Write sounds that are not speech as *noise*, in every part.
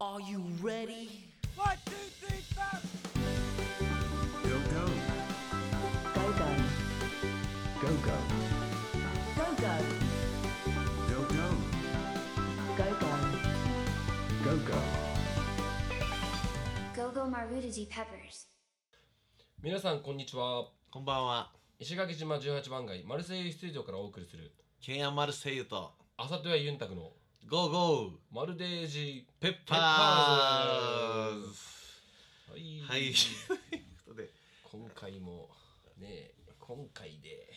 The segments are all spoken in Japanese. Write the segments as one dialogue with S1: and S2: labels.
S1: Are you ready?
S2: One, two, three, four.
S3: Go go.
S4: Go go.
S3: Go go.
S4: Go go.
S3: Go go. Go
S4: Go go.
S3: go.
S5: Gogo Marudaji Peppers.
S6: 皆さんこんにちは
S7: こんばんは。
S6: 石垣島18番街マルセイユ出場からお送りする
S7: ケンヤンマルセイユと、
S6: あさとやユンタクの
S7: ゴーゴー
S6: マルデージ
S7: ペッパー
S6: ズはい、
S7: ズはい。 *laughs* ということで、
S6: 今回もね今回で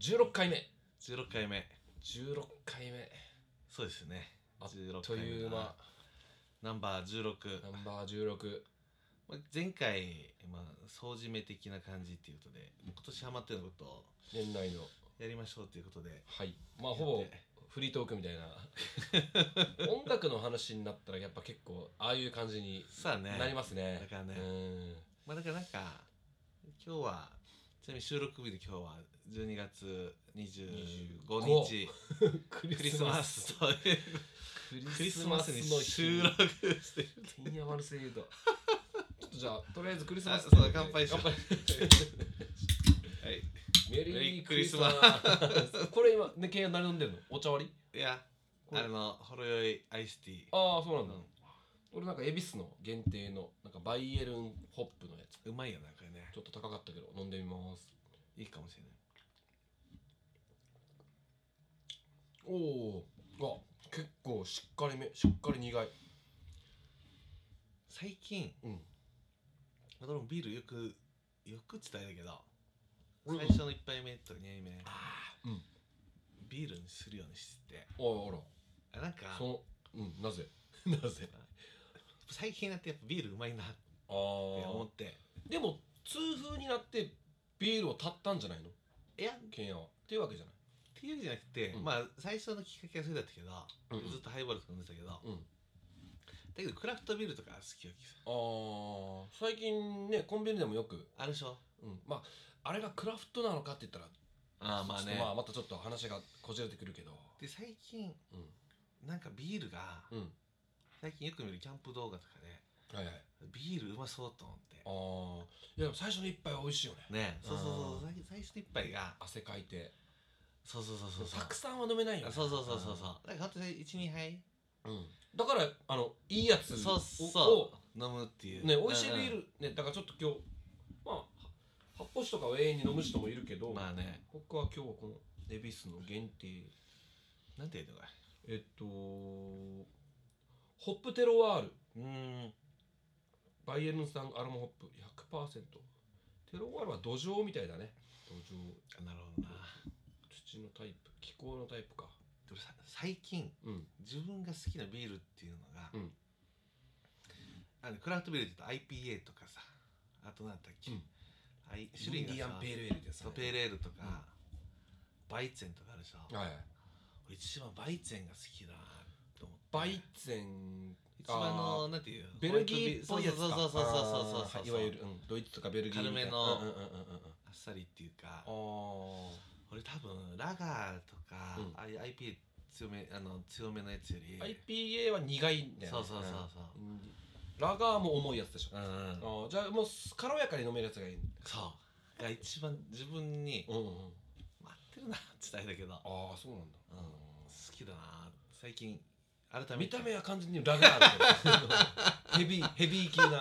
S6: 16回目
S7: 16回目。
S6: 16回目
S7: そうですね。
S6: あっ
S7: 16
S6: という間
S7: ナンバー16
S6: ナ。ンバー16
S7: まあ前回、まあ、総締め的な感じっていうことで、今年ハマってることを
S6: 年内の
S7: やりましょうということで、
S6: はいまあほぼフリートークみたい
S7: *laughs*
S6: な音楽の話になったらやっぱ結構ああいう感じに
S7: さあね、
S6: なりますね
S7: だからね
S6: うん
S7: まあだからなんか、今日は、ちなみに収録日で今日は12月25日、
S6: ク
S7: クリスマスというクリスマスに
S6: の
S7: 収録してる。
S6: 金山丸声優だちょっとじゃあとりあえずクリスマス
S7: あそうだ乾杯しよう
S6: 乾杯
S7: はい。
S6: メ
S7: メ
S6: リー
S7: リー
S6: ク
S7: ク
S6: リ
S7: リ
S6: ス
S7: ス
S6: マ
S7: マ
S6: ス
S7: ス
S6: これ今ねケンヤ何飲んでるのお茶割り
S7: いや、
S6: これ
S7: あの、ほろ酔いアイスティー。
S6: ああそうなんだ、
S7: うん
S6: 俺なんか恵比寿の限定のなんかバイエルンホップのやつ
S7: うまいよな、これね
S6: ち。ょっと高かったけど飲んでみます
S7: いいかもしれな
S6: おおあ結構しっかりめしっかり苦い
S7: い。最近、
S6: うん
S7: 俺もビールよく、よく伝えるけど、
S6: うん
S7: 最初の1杯目と2杯目、
S6: うん
S7: ビールにするようにしてて、
S6: ああら
S7: あなんか、
S6: そのうんなぜ *laughs* なぜ
S7: 最近になってやっぱビールうまいなって
S6: あ
S7: 思
S6: あ
S7: って、
S6: でも痛風になってビールを断ったんじゃないの
S7: いや、っ
S6: ケンヤはっていうわけじゃない
S7: ていうわけじゃなくて、
S6: うん
S7: まあ、最初のきっかけはそれだったけど、
S6: うんうん
S7: ずっとハイボールとか飲んでたけど、
S6: うん
S7: だけどクラフトビールとか好きよ、
S6: あー最近ねコンビニでもよく、
S7: あるでしょ
S6: うん、まああれがクラフトなのかって言ったら
S7: あ
S6: ちょっとまあ、またちょっと話がこじれてくるけど
S7: で最近
S6: うん
S7: なんかビールが
S6: うん
S7: 最近よく見るキャンプ動画とかで
S6: はいはい
S7: ビールうまそうと思って
S6: あーいやでも最初の一杯は美味しいよね
S7: ねそうそうそう
S6: う
S7: 最最初の一杯が
S6: 汗かいて
S7: そうそうそうそうそう
S6: たくさんは飲めないよ、
S7: あ
S6: ね、
S7: そうそうそうそうそうだからほんとに12杯
S6: う、ん、だからあのいいやつ
S7: そう
S6: を
S7: そう飲むっていう
S6: ね美味しいビー
S7: ル
S6: ルねだからちょっと今日まあは発泡酒とかは永遠に飲む人もいるけど、
S7: まあね
S6: 僕は今日はこの恵比寿の限定
S7: なんていうのか
S6: えっとホップテロワール
S7: うーん
S6: バイエルン産アロマホップ100%テロワールは土壌みたいだね土壌
S7: あなるほどな
S6: 土のタイプ気候のタイプか
S7: でもさ最近
S6: うん
S7: 自分が好きなビールっていうのが、
S6: うん
S7: あのクラフトビールって言うと IPA とかさあと何だったっけ、
S6: うん
S7: あい
S6: 種類イ
S7: が
S6: ンディアンペールエールです
S7: そうペールエールとか、バイツェンとかあるでしょ、
S6: はい
S7: 俺一番バイツェンが好きだなと思って
S6: バイゼン
S7: 一番
S6: あ
S7: のなんていう
S6: ーベルギーっぽ
S7: ホワ
S6: い
S7: イ
S6: やつ
S7: トビ
S6: か
S7: そうそう
S6: あ
S7: そうそうそうそう
S6: ーいわゆる、うん、ドイツとかベルギーみたいな
S7: 軽めの
S6: うんうんうんうんうん
S7: あっさりっていうか
S6: あ
S7: 俺多分ラガーとか、
S6: うん
S7: ああいう IPA 強めあの強めのやつより
S6: ー IPA は苦いんだよね
S7: そうそうそうそう
S6: うんラガーも重いやつでしょ、
S7: うんうん
S6: あーじゃあもう軽やかに飲めるやつがいい
S7: そうが一番自分に
S6: うんうん
S7: 待ってるなって伝えだけど好
S6: ああそうなんだ、
S7: うんきだな最近改めて
S6: 見た目は完全にラガール
S7: *laughs*
S6: ヘビーヘビー級な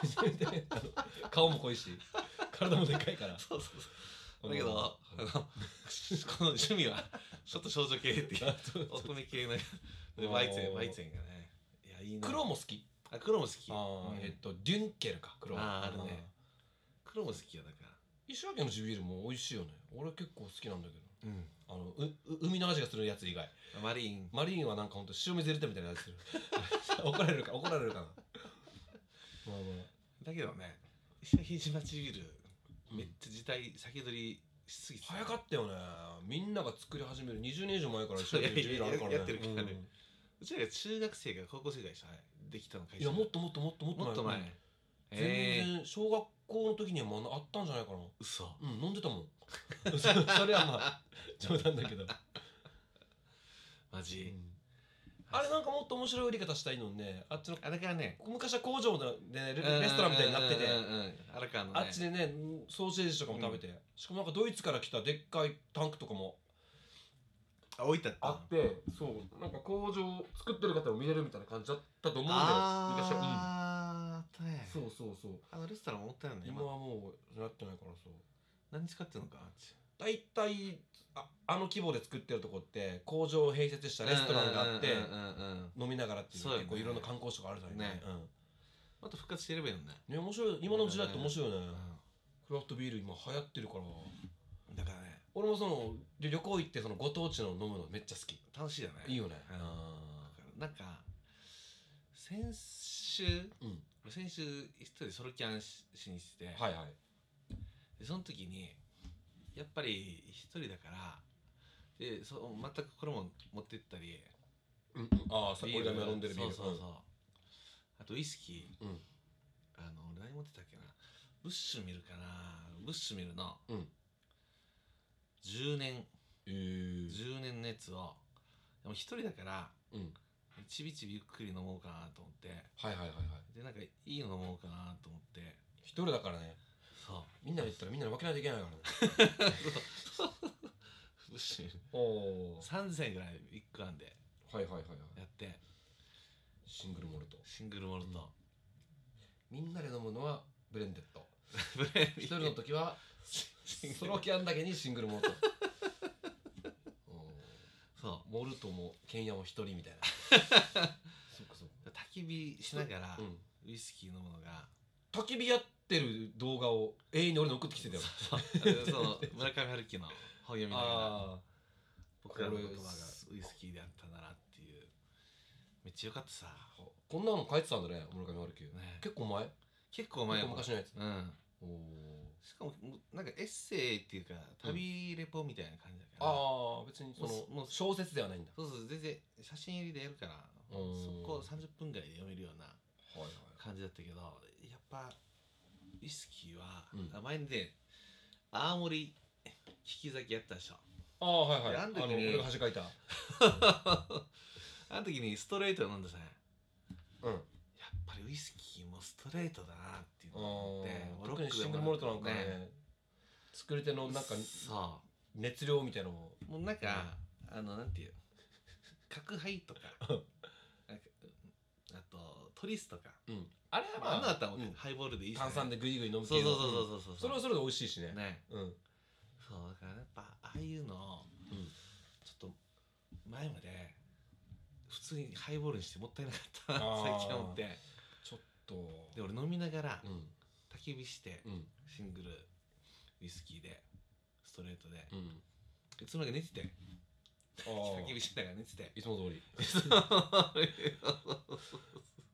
S6: あの顔も濃いし体もでかいから
S7: そうそうそうだけど、あの *laughs* この趣味はちょっと少女系っていう乙女
S6: *laughs*
S7: 系のでバイツェンバイツェンがねいやいいな
S6: 黒も好き
S7: あ黒も好き
S6: あ
S7: う
S6: ー、
S7: ん
S6: えっとデュンケルか黒
S7: あーあるね黒も好きよだか
S6: 石垣の地ビールも美味しいよね俺結構好きなんだけど
S7: らうん
S6: あのうう海の味がするやつ以外
S7: マリン
S6: マリーンはなんかほんと塩水入れたみたいな味する *laughs* 怒られるか怒られるかなまあ
S7: だけどね石垣島チビールめっちゃ時代先取りしすぎて
S6: まあ早かったよねみんなが作り始める20年以上前から石垣の地ビールあるからね
S7: やってるからね
S6: うん
S7: うちらが中学生が高校生ぐらいでしょできたの会
S6: いやもっともっともっともっと
S7: もっと前
S6: 全然小学校の時にはまだあったんじゃないかな
S7: 嘘
S6: うん飲んでた
S7: *laughs*
S6: もんそそれはまあ冗談だけど、
S7: マジ、
S6: うんあれなんかもっと面白い売り方したいのにねあっちの
S7: あれがね
S6: 昔は工場の、ね、レレストランみたいになってて
S7: うんうんうんうんあれかのね
S6: あっちでねソーセージとかも食べて、しかもなんかドイツから来たでっかいタンクとかも
S7: あ置いてあった
S6: あってそうなんか工場作ってる方も見れるみたいな感じだったと思うんだよ昔は、
S7: あーあったね
S6: うん、そうそうそう
S7: あのレストラン思ったよね
S6: 今はもうなってないからそう
S7: 何使ってんのかあっち
S6: 大体ああの規模で作ってるとこって工場を併設したレストランがあって
S7: うんうんうんうん
S6: 飲みながらっていう
S7: そうよね
S6: 結構いろんな観光地とかあるじゃない
S7: ねまた復活してればいいのね
S6: うんね面白い今の時代って面白いよね
S7: う
S6: クラフトビール今流行ってるから
S7: んだからね
S6: 俺もその旅行行ってそのご当地の飲むのめっちゃ好き
S7: 楽しいよね
S6: いいよね
S7: うん
S6: うん
S7: なんか先週、
S6: うん
S7: 俺先週一人でソロキャンししに行ってて、
S6: はいはい
S7: でその時にやっぱり一人だからでそ全くこれも持ってったり
S6: うんうんああさ俺が今飲んでるビール
S7: そうそうそう、あとウイスキー、
S6: うん
S7: あの俺何持ってたっけなブッシュミルかなブッシュミルの
S6: うん
S7: 10年、
S6: えー
S7: 10年のやつをでも一人だから
S6: うん
S7: ちびちびゆっくり飲もうかなと思って
S6: はいはいはいはい
S7: でなんかいいの飲もうかなと思って
S6: 一人だからね
S7: そう
S6: みんなで行ったらみんなで分けないといけない
S7: *laughs*
S6: からね
S7: ブッシュミル
S6: おお
S7: 3000円ぐらい1個なんで
S6: はいはいはいはい
S7: やって
S6: シングルモルト
S7: シングルモルト、
S6: みんなで飲むのはブレンデッ *laughs* ド
S7: ブレンデ
S6: 一人
S7: *laughs*
S6: の時はソロキャンだけにシングルモルトう
S7: そ
S6: んモルトもケンヤも一人みたい *laughs* なそっかそっ
S7: う焚き火しながら
S6: か、うん、
S7: ウイスキー飲むのが
S6: 焚き火やってる動画を永遠に俺に送ってきてたよ
S7: そうそうあの村上春樹の本読みながら
S6: あ
S7: 僕らの言葉
S6: こ
S7: が
S6: れ
S7: ウイスキーであったんだなっていうめっちゃよかったさ、
S6: あこんなの書いてたんだね村上春樹
S7: ね、
S6: 結構前
S7: 結構前
S6: 結
S7: も
S6: 構昔のやつ
S7: うん
S6: おー
S7: しかもなんかエッセイっていうか旅レポみたいな感じだから、
S6: ああ別にそ
S7: もう
S6: の
S7: もう
S6: 小説ではないんだ
S7: そうそう全然写真入りでやるからそ
S6: うん
S7: こ30分ぐらいで読めるような
S6: はいはい
S7: 感じだったけどやっぱウイスキーは、
S6: うん
S7: あ前にね青森利き酒やったでしょ
S6: ああはいはい
S7: であ
S6: あ
S7: の
S6: の
S7: 時に
S6: 俺が恥かいた
S7: あの時にストレート飲んでさや
S6: うん
S7: っぱりウイスキーもストレートだなっていうのを思って
S6: うん
S7: ロ
S6: 特
S7: ッ
S6: に
S7: クで
S6: シン
S7: も
S6: グルモルトなんかね
S7: ね
S6: 作り手のなんか
S7: そ
S6: 熱量みたいなのを
S7: うもうなんか、あのなんていう角杯とかなんかあとトリスとか
S6: うんあれはま
S7: あんなだ
S6: あ
S7: ったらもう
S6: うん
S7: ハイボールでいいっすね
S6: 炭酸でグイグイ飲む
S7: そう
S6: 系
S7: そう
S6: の
S7: そう
S6: うん
S7: そうそう
S6: それはそれで美味しいしね
S7: ね
S6: うん
S7: そうだからやっぱああいうのを
S6: うん
S7: ちょっと前まで普通にハイボールにしてもったいなかった
S6: あ
S7: な
S6: ー
S7: 最近思って
S6: ちょっと
S7: で俺飲みながら
S6: うん
S7: 焚き火して
S6: うん
S7: シングルウイスキーでストレートで
S6: うん
S7: いつの間にか寝てて
S6: あ
S7: 焚き
S6: あ
S7: 火しながら寝てて
S6: いつも通り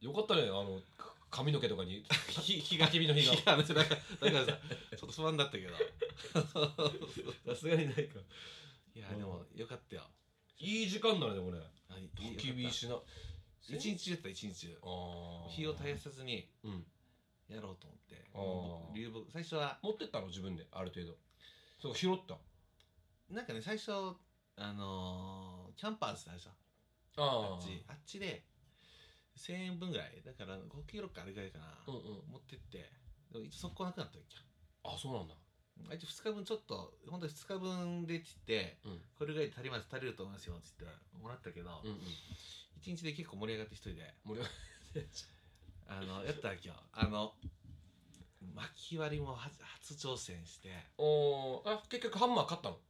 S6: よかったねあのか髪の毛とか
S7: *laughs*
S6: に
S7: 火火が
S6: 焚き火の火
S7: 火
S6: が
S7: がだからだからさちょっと不安だった
S6: *laughs*
S7: けど
S6: さすがにないか
S7: いやでもよかったよ
S6: いい時間だねでもね
S7: あ
S6: 焚き火しな
S7: 一日中やった一日中
S6: ああ
S7: 火を絶やさずに
S6: うん
S7: やろうと思って
S6: あー
S7: 流木最初は
S6: 持ってったの自分である程度そう拾った
S7: なんかね最初あのーキャンパーズってあるでしょあ
S6: あ
S7: っちあっちで1000円分ぐらいだから5キロかあれぐらいかな、
S6: うんうん
S7: 持ってってでも一応速攻なくなったわけ
S6: あそうなんだ
S7: あいつ2日分ちょっと本当に2日分でって言って
S6: うん
S7: これぐらいで足ります足りると思いますよって言ってもらったけど、
S6: うんうん
S7: 一1日で結構盛り上がって一人で
S6: 盛り上が
S7: あのやったわけよあの巻き割りもは初挑戦して
S6: *laughs* おーあ結局ハンマー買ったの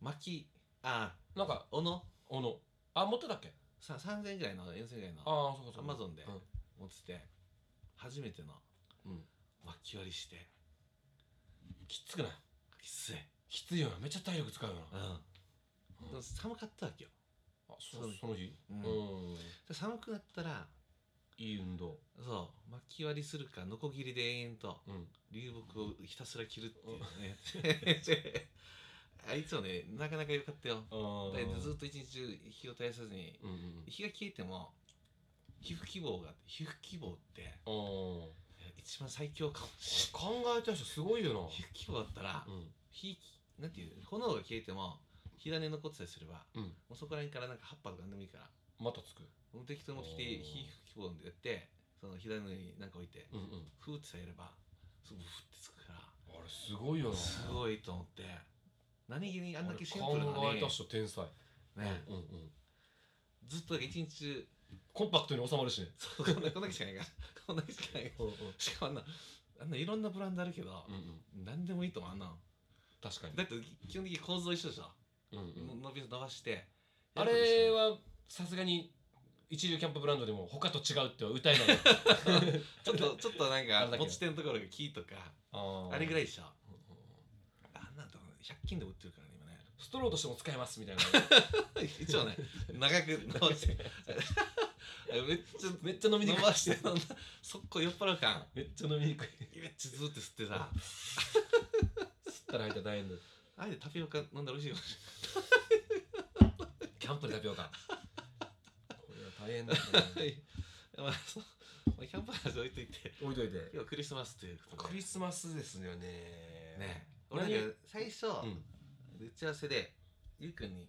S7: 巻きあ
S6: なんか
S7: おの
S6: おのあ持ってたっけ
S7: さ3000円ぐらいの4000円ぐらいの
S6: ああそうかそうか
S7: Amazon で
S6: うん
S7: 持ってて初めての
S6: うん
S7: 巻き割りして
S6: きつくない
S7: きつい
S6: きついよなめっちゃ体力使うよな
S7: うん、でも寒かったわけよ、
S6: あそ
S7: そう
S6: その日
S7: う
S6: うん
S7: で寒くなったら
S6: いい運動
S7: そう巻き割りするかノコギリで延々と
S6: うん
S7: 流木をひたすら切るっていうねで *laughs* あいつもねなかなか良かったよ
S6: あ
S7: でずっと一日中火を絶やさずに
S6: うんうん
S7: 火が消えても皮膚希望が皮膚希望って
S6: うんあー
S7: 一番最強かもし
S6: 考えた人すごいよ
S7: れない皮膚希望だったら
S6: なうん
S7: 火なんていう炎が消えても火種残ってたりすれば、
S6: うん
S7: もうそこら辺からなんか葉っぱとかなんでもいいから
S6: またつく
S7: 適当に持ってきて
S6: おー
S7: 火吹き込んでやってその左の上に何か置いて
S6: うんうん
S7: ふーってさえればすぐふってつくから
S6: あれすごいよな
S7: すごいと思って何気にあんだけシンプルな
S6: 考
S7: の
S6: え
S7: に
S6: た人天才
S7: ね
S6: うんうん
S7: ずっと一日中
S6: コンパクトに収まるしね
S7: そうこんなこんだけしかないから *laughs* こんだけしかないから
S6: うんうん
S7: しかもあんなあんないろんなブランドあるけど、
S6: うんうん
S7: 何でもいいと思うあんなん
S6: 確かに
S7: だって基本的に構造一緒でしょ、
S6: うんうん
S7: の伸び伸ばして
S6: あれはさすがに一流キャンプブランドでも他と違うっては歌えない
S7: ちょっ
S6: *laughs*
S7: とちょっとなん
S6: あれだ
S7: か
S6: けど
S7: 持ち手のところが木とか
S6: *laughs* あ
S7: あれぐら
S6: い
S7: いでしょあんなんとか100均で売ってるからね今 *laughs* ね
S6: ストローとしても使えますみたいな
S7: 一応ね長く伸ばして *laughs* めっちゃ
S6: めっちゃ飲みにく
S7: 伸
S6: い
S7: ばして飲んだ速攻酔っ払う感
S6: めっちゃ飲みにくい
S7: めっちゃずっと吸ってさ
S6: 吸ったら入ったら大変だ
S7: あえてタピオカ飲んだら美味しいかもし
S6: キャンプでタピオカこれは大変だったな
S7: れない *laughs* まあそうまあキャンプ話置いといて
S6: 置いといて
S7: 今日クリスマスということ
S6: ク
S7: で
S6: リスマスですよね
S7: ね俺
S6: 何
S7: なんか最初、
S6: うん
S7: 打ち合わせでゆうくんに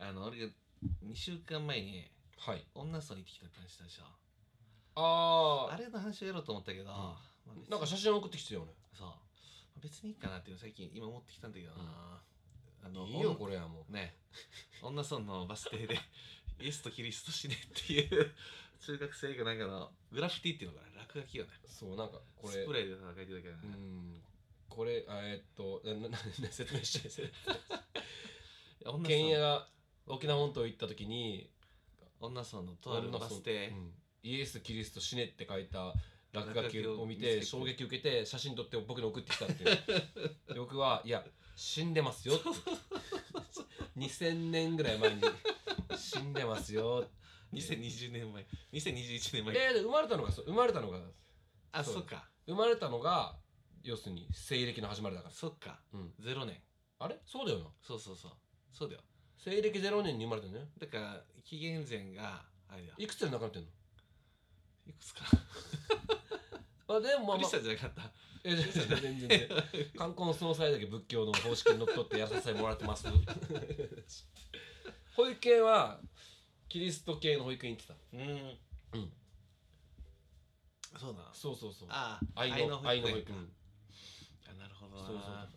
S7: あの俺が2週間前に
S6: はい
S7: 女層に行ってきたって話したでしょ
S6: あ
S7: あれの話をやろうと思ったけど、まあ別に
S6: あなんか写真送ってきてたよね
S7: そうまあ別にいいかなっていうの最近今思ってきたんだけどな、あの
S6: いいよこれはも
S7: れね女村のバス停でイエスとキリスト死ねっていう中学生がなんかのグラフィティっていうのかな落書きよね
S6: うそうなんかこれ
S7: スプレーでさ書いてたけどね
S6: う、んこれあえーっとななな説明して説明して
S7: 女村
S6: 剣屋が沖縄本島行った時に
S7: 女村のとある
S6: 女
S7: バス停
S6: うんイエス・キリスト死ねって書いた落書き
S7: 落書き
S6: を
S7: を
S6: 見
S7: 見
S6: て
S7: つけて
S6: 衝撃受けて写真撮って僕に送ってきたって *laughs* いうで僕はいや死んでます *laughs* よって2000年ぐらい前に死んでますよ
S7: 2020年前2021年前
S6: えー、生まれたのがそう生まれたのが
S7: あ
S6: そう
S7: そ
S6: だ
S7: っか
S6: 生まれたのが要するに西暦の始まりだから
S7: そっか、
S6: うん
S7: ゼロ年
S6: あれそうだよな
S7: そうそうそうそうだよ
S6: 西暦0年に生まれたんだよね
S7: だから紀元前があれだい
S6: いくつで亡くなってんの
S7: くつか
S6: あでもまあ、ま
S7: クリ
S6: あ
S7: スタじゃなかった
S6: え全然全然観光の総裁だけ仏教の方式にのっとってやらさせてもらってます *laughs* 保育園はキリスト系の保育園行ってた
S7: うん
S6: うん
S7: そうだな
S6: そうそうそう
S7: ああ
S6: 愛の愛の保
S7: 保
S6: 育園
S7: 育園
S6: うん
S7: あなるほど
S6: そうそ
S7: な
S6: うそうだか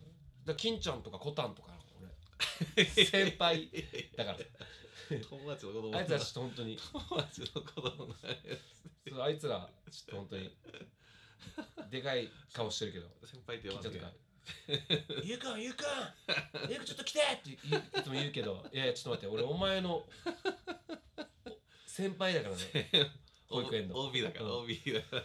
S6: ら金ちゃんとかコタンとか *laughs* 俺先輩だから
S7: *laughs* 友達の子供の
S6: あいつらちょっと本当に
S7: 友達の子供の
S6: そうあいつらちょっと本 *laughs* 当にでかい顔してるけど
S7: 先輩って
S6: 金
S7: 呼
S6: ち
S7: ば
S6: ゃん
S7: れ
S6: と
S7: て
S6: か「ゆうくんゆうくんゆうくんちょっと来て!」って言ういつも言うけど「い *laughs* やいやちょっと待って俺お前のお先輩だからね保育園の
S7: OB だから
S6: うん
S7: OB だから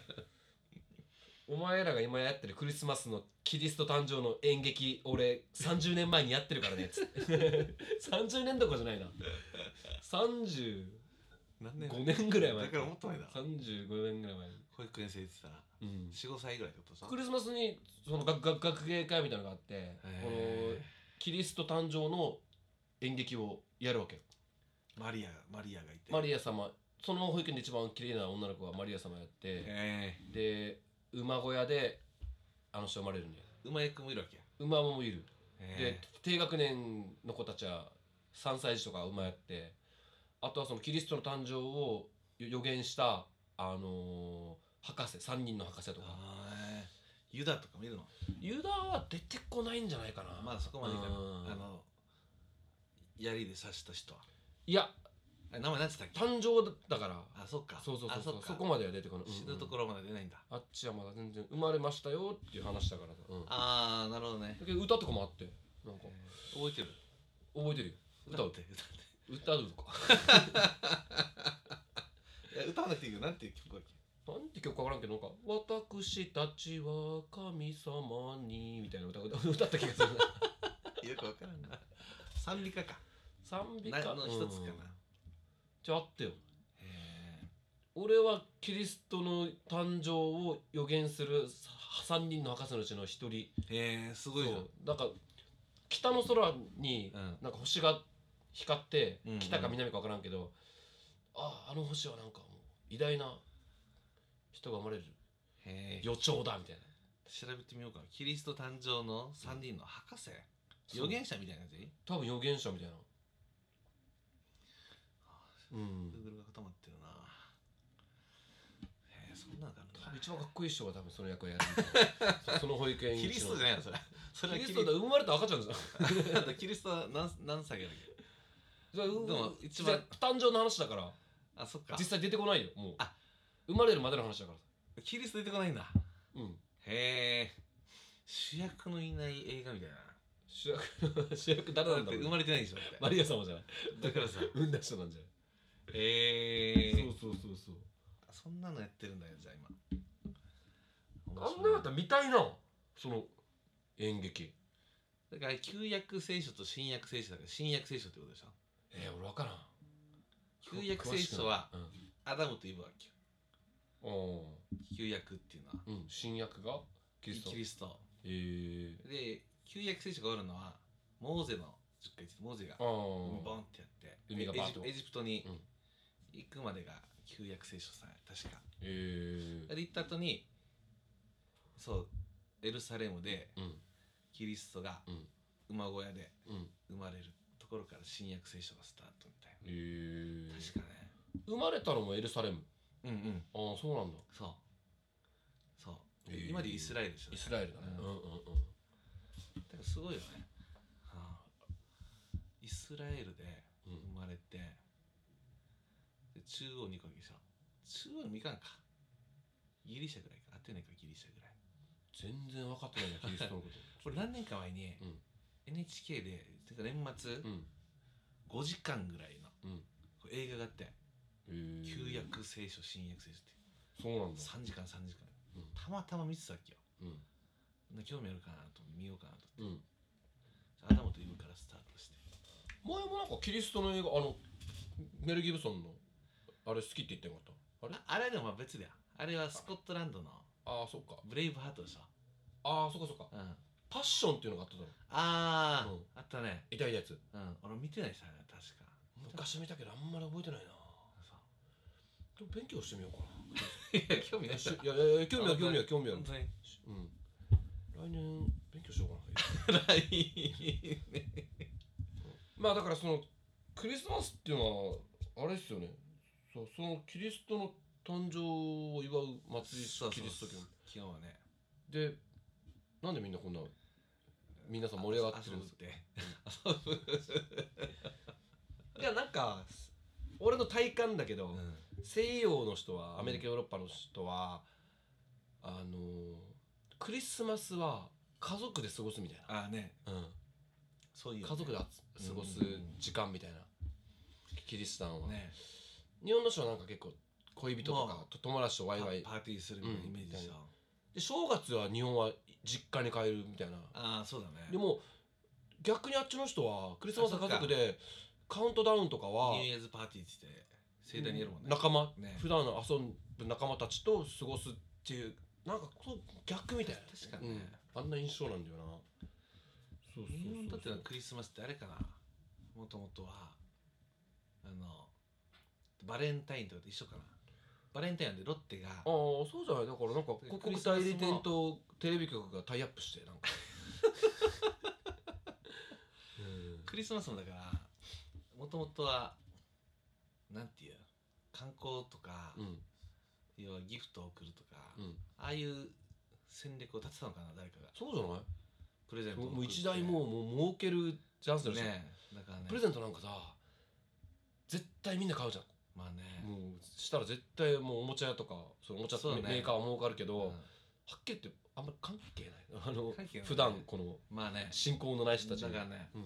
S6: お前らが今やってるクリスマスのキリスト誕生の演劇俺30年前にやってるからね」つって *laughs* 30年どころじゃないな35
S7: 何年
S6: 年ぐらい前
S7: だからもっと前だ
S6: 35年ぐらい前に
S7: 保育園生って言っ
S6: うん
S7: たら45歳ぐらいってことさ
S6: クリスマスにその学学学芸会みたいなのがあってこの
S7: へ
S6: キリスト誕生の演劇をやるわけよ
S7: ーマリアマリアがいて
S6: マリア様その保育園で一番綺麗な女の子がマリア様やって
S7: え
S6: で馬小屋であの人生まれるんだよ
S7: え馬役もいるわけや
S6: 馬もいるで
S7: え
S6: 低学年の子たちは3歳児とか馬やってあとはそのキリストの誕生を予予言したあのー博士3人の博士
S7: え
S6: とか
S7: ユダとかもいるの
S6: ユダは出てこないんじゃないかな
S7: まだそこまでいかない
S6: うん
S7: あの槍で刺した人はい
S6: や
S7: あ名前何て言ったっ
S6: 誕生だから
S7: けあそっか
S6: そうそうそう
S7: あ
S6: そ
S7: そうっ
S6: そ
S7: か
S6: こまでは出てこない、うんうん
S7: 死ぬところまで出ないんだ
S6: あっちはまだ全然生まれましたよっていう話だからさ、うん
S7: ああなるほどね
S6: だけど歌とかもあってなんか
S7: 覚えてる
S6: 覚えてるよ歌う
S7: って *laughs* 歌って
S6: 歌うとか
S7: いや歌わなくていいけどなんていう曲だっけ
S6: なんて曲かわからんけどなんか「私たちは神様に」みたいな歌歌歌った気がす
S7: *laughs*
S6: るな
S7: よくわからんな賛美歌か
S6: 賛美
S7: な
S6: 歌
S7: の一つか
S6: うん
S7: な
S6: じゃああってよ
S7: へ
S6: 俺はキリストの誕生を予言する3人の博士のうちの一人
S7: えへえすごいじゃん
S6: そうなんか北の空に
S7: うん
S6: なんか星が光って、
S7: うんうん
S6: 北か南か分からんけどあああの星はなんかもう偉大な人が生まれる
S7: へえ
S6: 予兆だみたいな
S7: 調べてみようかなキリスト誕生の3人の博士
S6: そう
S7: 預言者みたいなやつでいい
S6: 多分予言者みたいなうん、
S7: Google が固まってるなへえそんなんがあるんだ
S6: 一番かっこいい人が多分その役をやるみたいな
S7: *laughs*
S6: そその保育園
S7: キリストじゃ
S6: ない
S7: ないのそれそれは
S6: キリストだ生まれた赤ちゃんじゃん
S7: だキリストは何何歳だっけ
S6: それ
S7: *laughs* でも一番
S6: 誕生の話だから
S7: あそっか
S6: 実際出てこないよもう
S7: あ
S6: 生まれるまでの話だか
S7: キリスト出てこないんだ
S6: らうん
S7: へえ主役のいない映画みたいな
S6: 主役 *laughs* 主役誰なんだ
S7: だっ
S6: ろ
S7: て
S6: う
S7: 生
S6: ね
S7: まれてないでしょ
S6: マリア様じゃない
S7: だからさ
S6: 産んだ人なんじゃ
S7: へえ
S6: ないそうそうそうそう
S7: そんなのやってるんだよじゃあ今
S6: あんなやったら見たいなその演劇
S7: だから旧約聖書と新約聖書だから新約聖書ってことでしょ
S6: えー、俺分からん
S7: 旧約聖書は
S6: 詳し
S7: アダムとイブは旧
S6: くないうんお
S7: 旧約っていうのは
S6: ーうん新約がキリスト
S7: キリスト
S6: えー、
S7: で旧約聖書がおるのはモーゼの10回モーゼが
S6: あ
S7: ボン
S6: ー
S7: ってやって
S6: 海がバーッと
S7: エジエジプトに
S6: うん
S7: 行くまでが旧約聖書さんや確か
S6: えー、
S7: で行った後にそうエルサレムで
S6: うん
S7: キリストが
S6: うん
S7: 馬小屋で
S6: うん
S7: 生まれるところから新約聖書がスタートみたい
S6: えー
S7: な、確かね
S6: 生まれたのもエルサレム
S7: うんうん
S6: ああそうなんだ
S7: そうそう、
S6: へー
S7: 今でイスラエルでしょ
S6: イスラエルだね
S7: う
S6: うんん
S7: だ
S6: う
S7: か
S6: んうん
S7: らすごいよね、はあ、イスラエルで
S6: うん
S7: 生まれてで中央に行くわけでしょ中央にも行かんかギリシャぐらいかアテネかギリシャぐらい
S6: 全然分かってない *laughs* なキリストのこ
S7: これ何年か前に
S6: うん
S7: NHK でてか年末
S6: とうん
S7: 5時間ぐらいの
S6: うん
S7: これ映画があって
S6: えー、
S7: 旧約聖書新約聖書って
S6: そうなんだ
S7: 3時間3時間
S6: うん
S7: たまたま見てたわけよ
S6: うん
S7: な興味あるかなと思って見ようかなと
S6: うん
S7: アダムとイブからスタートして
S6: 前もなんかキリストの映画あのメル・ギブソンのあれ好きって言ってなかったあれ
S7: ああれでもまあ別だよあれはスコットランドの
S6: ああそっか
S7: ブレイブハートでしょ
S6: ああそっかそっか
S7: うんあ
S6: パッションっていうのがあっただろ
S7: あー、
S6: うん
S7: あったね
S6: 痛いやつ
S7: うん俺見てないさ確か
S6: 昔見たけどあんまり覚えてないな
S7: そ
S6: でも勉強してみようか
S7: ういや興味
S6: な
S7: ないさ
S6: *laughs* いやいやいや興味は興味は興味ある
S7: 本当に
S6: うん来年勉強しようかな *laughs*
S7: 来年
S6: まあだからそのクリスマスっていうのはあれですよねそうそのキリストの誕生を祝う祭り
S7: そうそう
S6: キリスト教
S7: 今日はね
S6: でなんでみんなこんな皆さん盛り上がってるんです
S7: 遊ぶって
S6: いやなんか俺の体感だけど、
S7: 遊ぶ
S6: 西洋の人はアメリカヨーロッパの人は、あのークリスマスは家族で過ごすみたい
S7: ああね
S6: な、
S7: そういう
S6: 家
S7: ね
S6: 族であつ過ごす時間みたいな、キリシタンは、
S7: ね
S6: 日本の人はなんか結構恋人と
S7: ま
S6: かと友達と
S7: パ
S6: ワイワイ
S7: パーティーするみたいなイメージでしょ
S6: うで正月は日本は実家に帰るみたいな
S7: ああそうだね
S6: でも逆にあっちの人はクリスマスは家族でカウントダウンとかは
S7: ニューイヤーズパーティーって言って盛大にやるもんね
S6: 仲間、
S7: ね
S6: 普段遊ぶ仲間たちと過ごすっていうなんかこう逆みたいな
S7: 確かにね
S6: うん、あんな印象なんだよなそうそうそう
S7: 日本だって
S6: そう
S7: のはクリスマスってあれかなもともとはあのバレンタインとかと一緒かなバレンタインでロッテが
S6: ああそうじゃないだからなんか
S7: でクリ
S6: 国
S7: スマ
S6: 際
S7: スも
S6: 理店とテレビ局がタイアップしてなん
S7: *laughs*
S6: かうん
S7: クリスマスもだからもともとはなんていう観光とか、
S6: うん
S7: 要はギフトを送るとか、
S6: うん
S7: ああいう戦略を立てたのかな誰かが
S6: そうじゃない
S7: プレゼントを送
S6: もう
S7: る
S6: 一台もうもう儲けるチャンスだし、
S7: ねだからね
S6: プレゼントなんかさ絶対みんな買うじゃん
S7: まあね、
S6: もうしたら絶対もうおもちゃ屋とかそのおもちゃ
S7: そうね
S6: メーカーは儲かるけど、
S7: うん
S6: はっきり言ってあんまり関係ないあの
S7: 関係ない
S6: 普段この
S7: まあね
S6: 信仰のない人たち
S7: だ
S6: に
S7: からね
S6: うん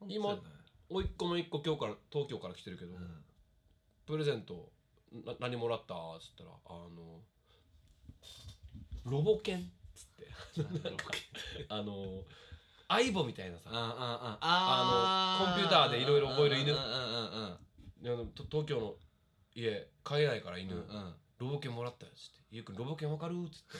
S7: 本当
S6: 今
S7: そうだね
S6: おいっ子も一個今日から東京から来てるけ
S7: う
S6: ど、
S7: ん
S6: プレゼントな何もらったっつったらあのロボ犬っつって
S7: なんだろう
S6: *laughs* あのアイボみたいなさ
S7: あああ
S6: *laughs* あのコンピューターでいろいろ覚える犬
S7: うんうんうんうんうん
S6: いやでもと東京の家飼えないから犬、
S7: うんうん
S6: ロボ犬もらったよっつって「ゆうくんロボ犬わかる?」っつっ
S7: *laughs*
S6: て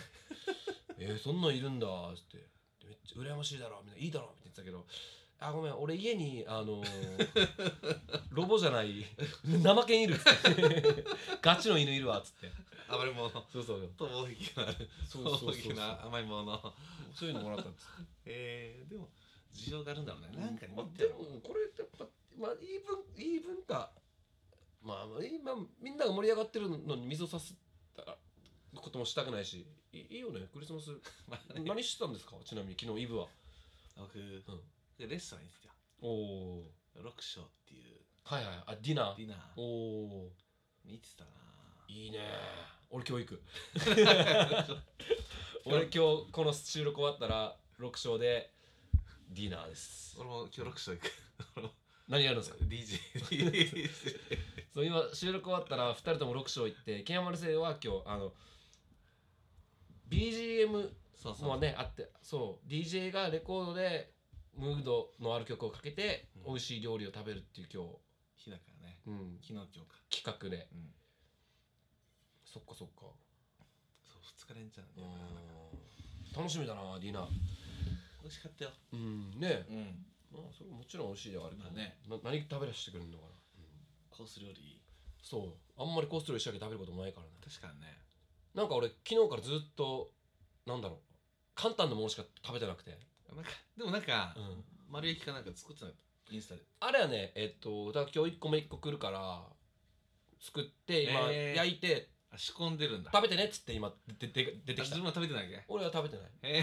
S6: 「えー、そんなんいるんだ」っつって「めっちゃ羨ましいだろ」みたいな「いいだろ」って言ってたけど「あごめん俺家にあ
S7: *laughs*
S6: のー、ロボじゃない生犬いる」っつ
S7: *laughs*
S6: って「ガチの犬いるわ」っつって
S7: 暴れ者と
S6: そうそう
S7: 大きくなる
S6: そうそうそう
S7: 大きな甘いもの
S6: そういうのもらったっつって
S7: えー、でも事情があるんだろうねなんか
S6: ま
S7: 持
S6: あ
S7: って
S6: で
S7: る
S6: もこれやっぱまあいい文いい文化まあ、みんなが盛り上がってるのに水を差すこともしたくないしいいいよねクリスマ *laughs* ス
S7: まあね
S6: 何してたんですかちなみに昨日イブは
S7: 僕、レッスン行ってた
S6: おお
S7: ロックショーっていう
S6: はいはいあディナ
S7: デ
S6: ー
S7: ィナ
S6: お
S7: ー
S6: お
S7: 見て
S6: *laughs*
S7: たなぁ
S6: いいね俺今日行く俺今日この収録終わったら6章でディナーです
S7: 俺も今日ロックショー行く俺も
S6: 何やるんですか
S7: DJ して
S6: *laughs* そう今収録終わったら2人とも6章行ってケンヤマル星は今日あの BGM
S7: そうそう
S6: もねあってそう DJ がレコードでムードのある曲をかけて
S7: う
S6: 美
S7: ん
S6: 味しい料理を食べるっていう今
S7: 日だからね
S6: 日、うん、
S7: 昨日今日か
S6: 企画で
S7: うん
S6: そっかそっか
S7: そう二日連チャン
S6: う
S7: だよな、
S6: ん楽しみだなディナー
S7: 美味しかったよ
S6: うんねえ
S7: うん
S6: まあそれもちろん美味しいではあるけど、
S7: まあね
S6: な何食べらしてくれるのかな
S7: コース料理
S6: そうあんまりコース料理しだけ食べることもないからね
S7: 確かにね
S6: なんか俺昨日からずっとなんだろう簡単なものしか食べてなくて
S7: なんかでもなんか、
S6: うん
S7: 丸焼きかなんか作ってなかったインスタで
S6: あれはねえっとだから今日1個目1個来るから作って今
S7: へー
S6: 焼いて
S7: あ仕込んでるんだ
S6: 食べてねっつって今出て出て
S7: あ
S6: き
S7: 自
S6: た
S7: 分は食べてないわけ
S6: 俺は食べてない
S7: へ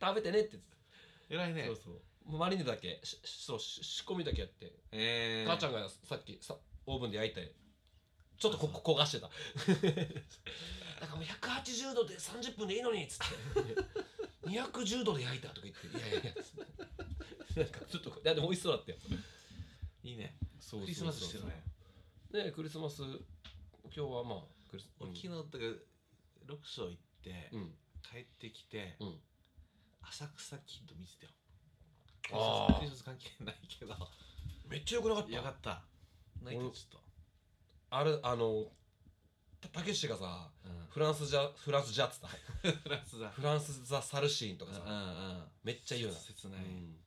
S6: 食べてねって言って
S7: え偉い
S6: た
S7: ね
S6: そうそうもうマリネだけししそうし仕込みだけやって
S7: えー、
S6: 母ちゃんがさっきさオーブンで焼いてちょっとここ焦がしてた *laughs* なんかもう180度で30分でいいのにっつって210度で焼いたとか言っていやいやいやつって *laughs* なんかちょっといやでも美味しそうだったよ
S7: いいね
S6: そう
S7: クリスマスしてるね
S6: ねクリスマス今日はまあクリス
S7: 俺昨日だから六章行って、
S6: うん
S7: 帰ってきて、
S6: うん
S7: 浅草キッド見てたよ
S6: あー
S7: クリスマス関係ない
S6: *laughs*
S7: けど
S6: めっちゃよくなか
S7: よかったないとちょっ
S6: あれあのたたけしがさ
S7: と、うん
S6: フランスじゃフランスじゃっつった
S7: フランスだ
S6: フランスザサルシーンとかさ、
S7: んうん
S6: めっちゃ言うな、
S7: 切ない、
S6: うん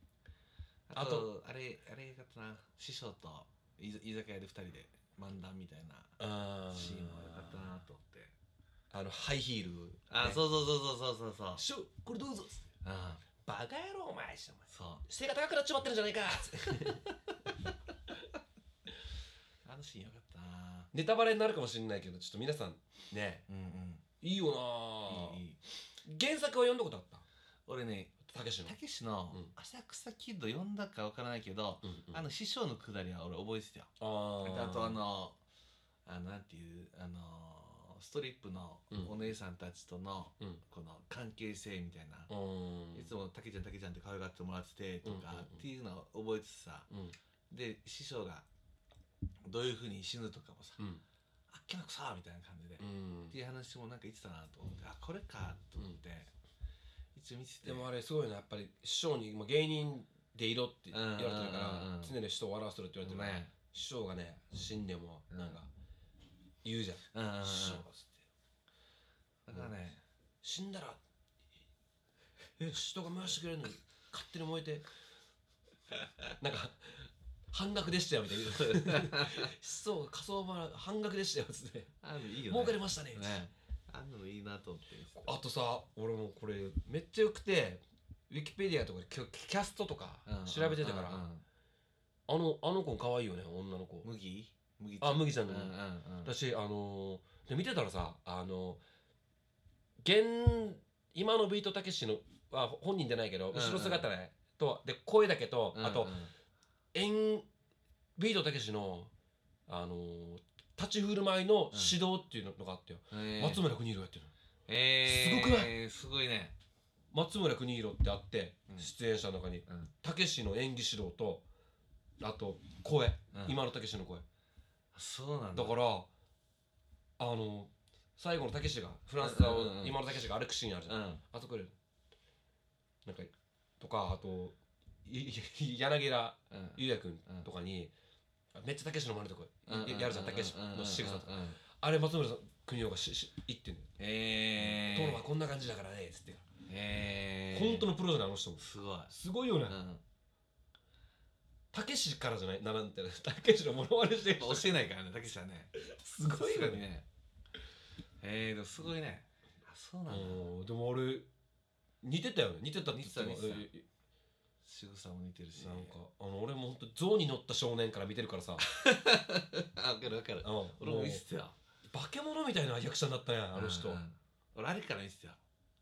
S7: あ
S6: あ
S7: と
S6: と
S7: あれあれよかったな師匠と居居酒屋で二人で漫談みたいな
S6: あ
S7: シーンもよかったなと思って
S6: あのハイヒール、
S7: あ、
S6: ね
S7: そうそうそうそうそうそうそう
S6: 師匠これどうぞっつって
S7: あ
S6: バカ野郎お前してお前
S7: そう
S6: 背が高くなっちまってるじゃないか *laughs* っつって
S7: あのシーンよかったな
S6: ネタバレになるかもしれないけどちょっと皆さんね
S7: うん
S6: いいよ
S7: う
S6: なん
S7: いい
S6: い
S7: いい
S6: 原作は読んだことあっ
S7: 俺ね
S6: たたけしの
S7: た、けしの
S6: うん
S7: 浅草キッド読んだかわからないけど、
S6: うんうん
S7: あの師匠のくだりは俺覚えてたよ
S6: あ
S7: あ
S6: ー
S7: とあのあのなんていうあのストリップの
S6: うん
S7: お姉さんたちとの
S6: うん
S7: この関係性みたいな、
S6: うん
S7: いつも「たけちゃんたけちゃん」って可愛がってもらっててと
S6: うんうん
S7: か
S6: うん
S7: っていうのを覚えてさ
S6: うん
S7: で師匠がどういうふうに死ぬとかもさ
S6: うん
S7: 「あっけなくさ」みたいな感じでっ
S6: うん
S7: ていう話もなんか言ってたなと思ってあこれかと思って一応見てて
S6: でもあれすごいなやっぱり師匠にまあ芸人でいろって言われてるか
S7: うんうんうん
S6: ら常に人を笑わせろって言われてるから
S7: ね
S6: 師匠がね死んでも
S7: うん
S6: なんか言うじゃん
S7: うんうんうん
S6: 師匠がつって
S7: だからね
S6: 死んだら人が回してくれるのに勝手に燃えてなんか半額でしたよみたいな師匠が仮想払半額でしたよっつって
S7: あのいいよね
S6: 儲かりましたねっつって
S7: ねあんのもいいなと思って
S6: あとさ俺もこれめっちゃよくてウィキペディアとかでキャキャストとか
S7: うん
S6: 調べてたから
S7: うんうん
S6: あのあの子可愛いよね女の子
S7: 麦麦
S6: あ麦ちゃんの
S7: うんう
S6: 麦
S7: んうん
S6: だしあのーで見てたらさあの現今のビートたけしのは本人じゃないけど
S7: んうん
S6: 後ろ姿ねとで声だけとあと
S7: うんうん
S6: 演ビートたけしのあのー立ち振る舞いの指導っていうのがあってよ
S7: えー
S6: 松村邦洋やってるの
S7: えー
S6: すごくない
S7: すごいね
S6: 松村邦洋ってあって
S7: うん
S6: 出演者の中に
S7: うん
S6: たけしの演技指導とあと声
S7: うん
S6: 今のたけしの声
S7: そうなんだ
S6: だからあの最後のたけしがフランスだ
S7: うんうんうん
S6: 今のたけしが歩くシーンあるじゃん、
S7: うん
S6: あそこでなんかとかあとい *laughs* い柳楽
S7: うん
S6: 優也君とかに、めっちゃたけしの真似とかややるじゃんたけしの仕草とか
S7: うんうんうん
S6: あれ松村さん国夫がしし言ってんのよ
S7: え
S6: 殿はこんな感じだからね」っつって、
S7: え
S6: 本当
S7: の
S6: のプロじゃないあの人も
S7: すごい
S6: すごいよね
S7: うん
S6: たけしからじゃないならんてたけしのモノマネしてる
S7: 教
S6: 人
S7: えないからねたけしはね
S6: すごいよね
S7: ねえーでもすごいねあそうなんだ
S6: うんでも俺似てたよね似てたって言ってた
S7: 似てた似てた
S6: え
S7: 仕草も似てるし
S6: なんかあの俺も本当象に乗った少年から見てるからさ、
S7: *laughs* あ分かる分かる
S6: うん、もう
S7: 俺も見せてた
S6: 化け物みたいな役者になったやんあの人、
S7: うんうん俺あれから見せてた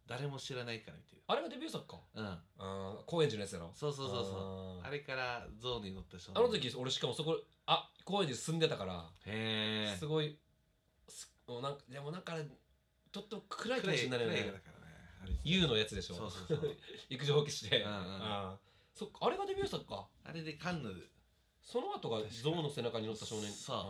S7: 誰も知らないから見てる
S6: あれがデビュー作か
S7: うん
S6: あー高円寺のやつやろ
S7: そうそうそうそう
S6: あー
S7: あれからゾウに乗った人
S6: あの時俺しかもそこあ高円寺住んでたから
S7: へえ
S6: すごいすもうなんかでもなんかあれちょっと暗いかもしれないよ
S7: 暗い映画
S6: ね
S7: だからねあれ
S6: YOU のやつでしょ
S7: そうそうそう
S6: *laughs* 陸上消して、
S7: うんうん
S6: あーそっかあれがデビュー作か
S7: あれでカンヌで
S6: その後が
S7: 確かに
S6: 象の背中に乗った少年
S7: そう
S6: あ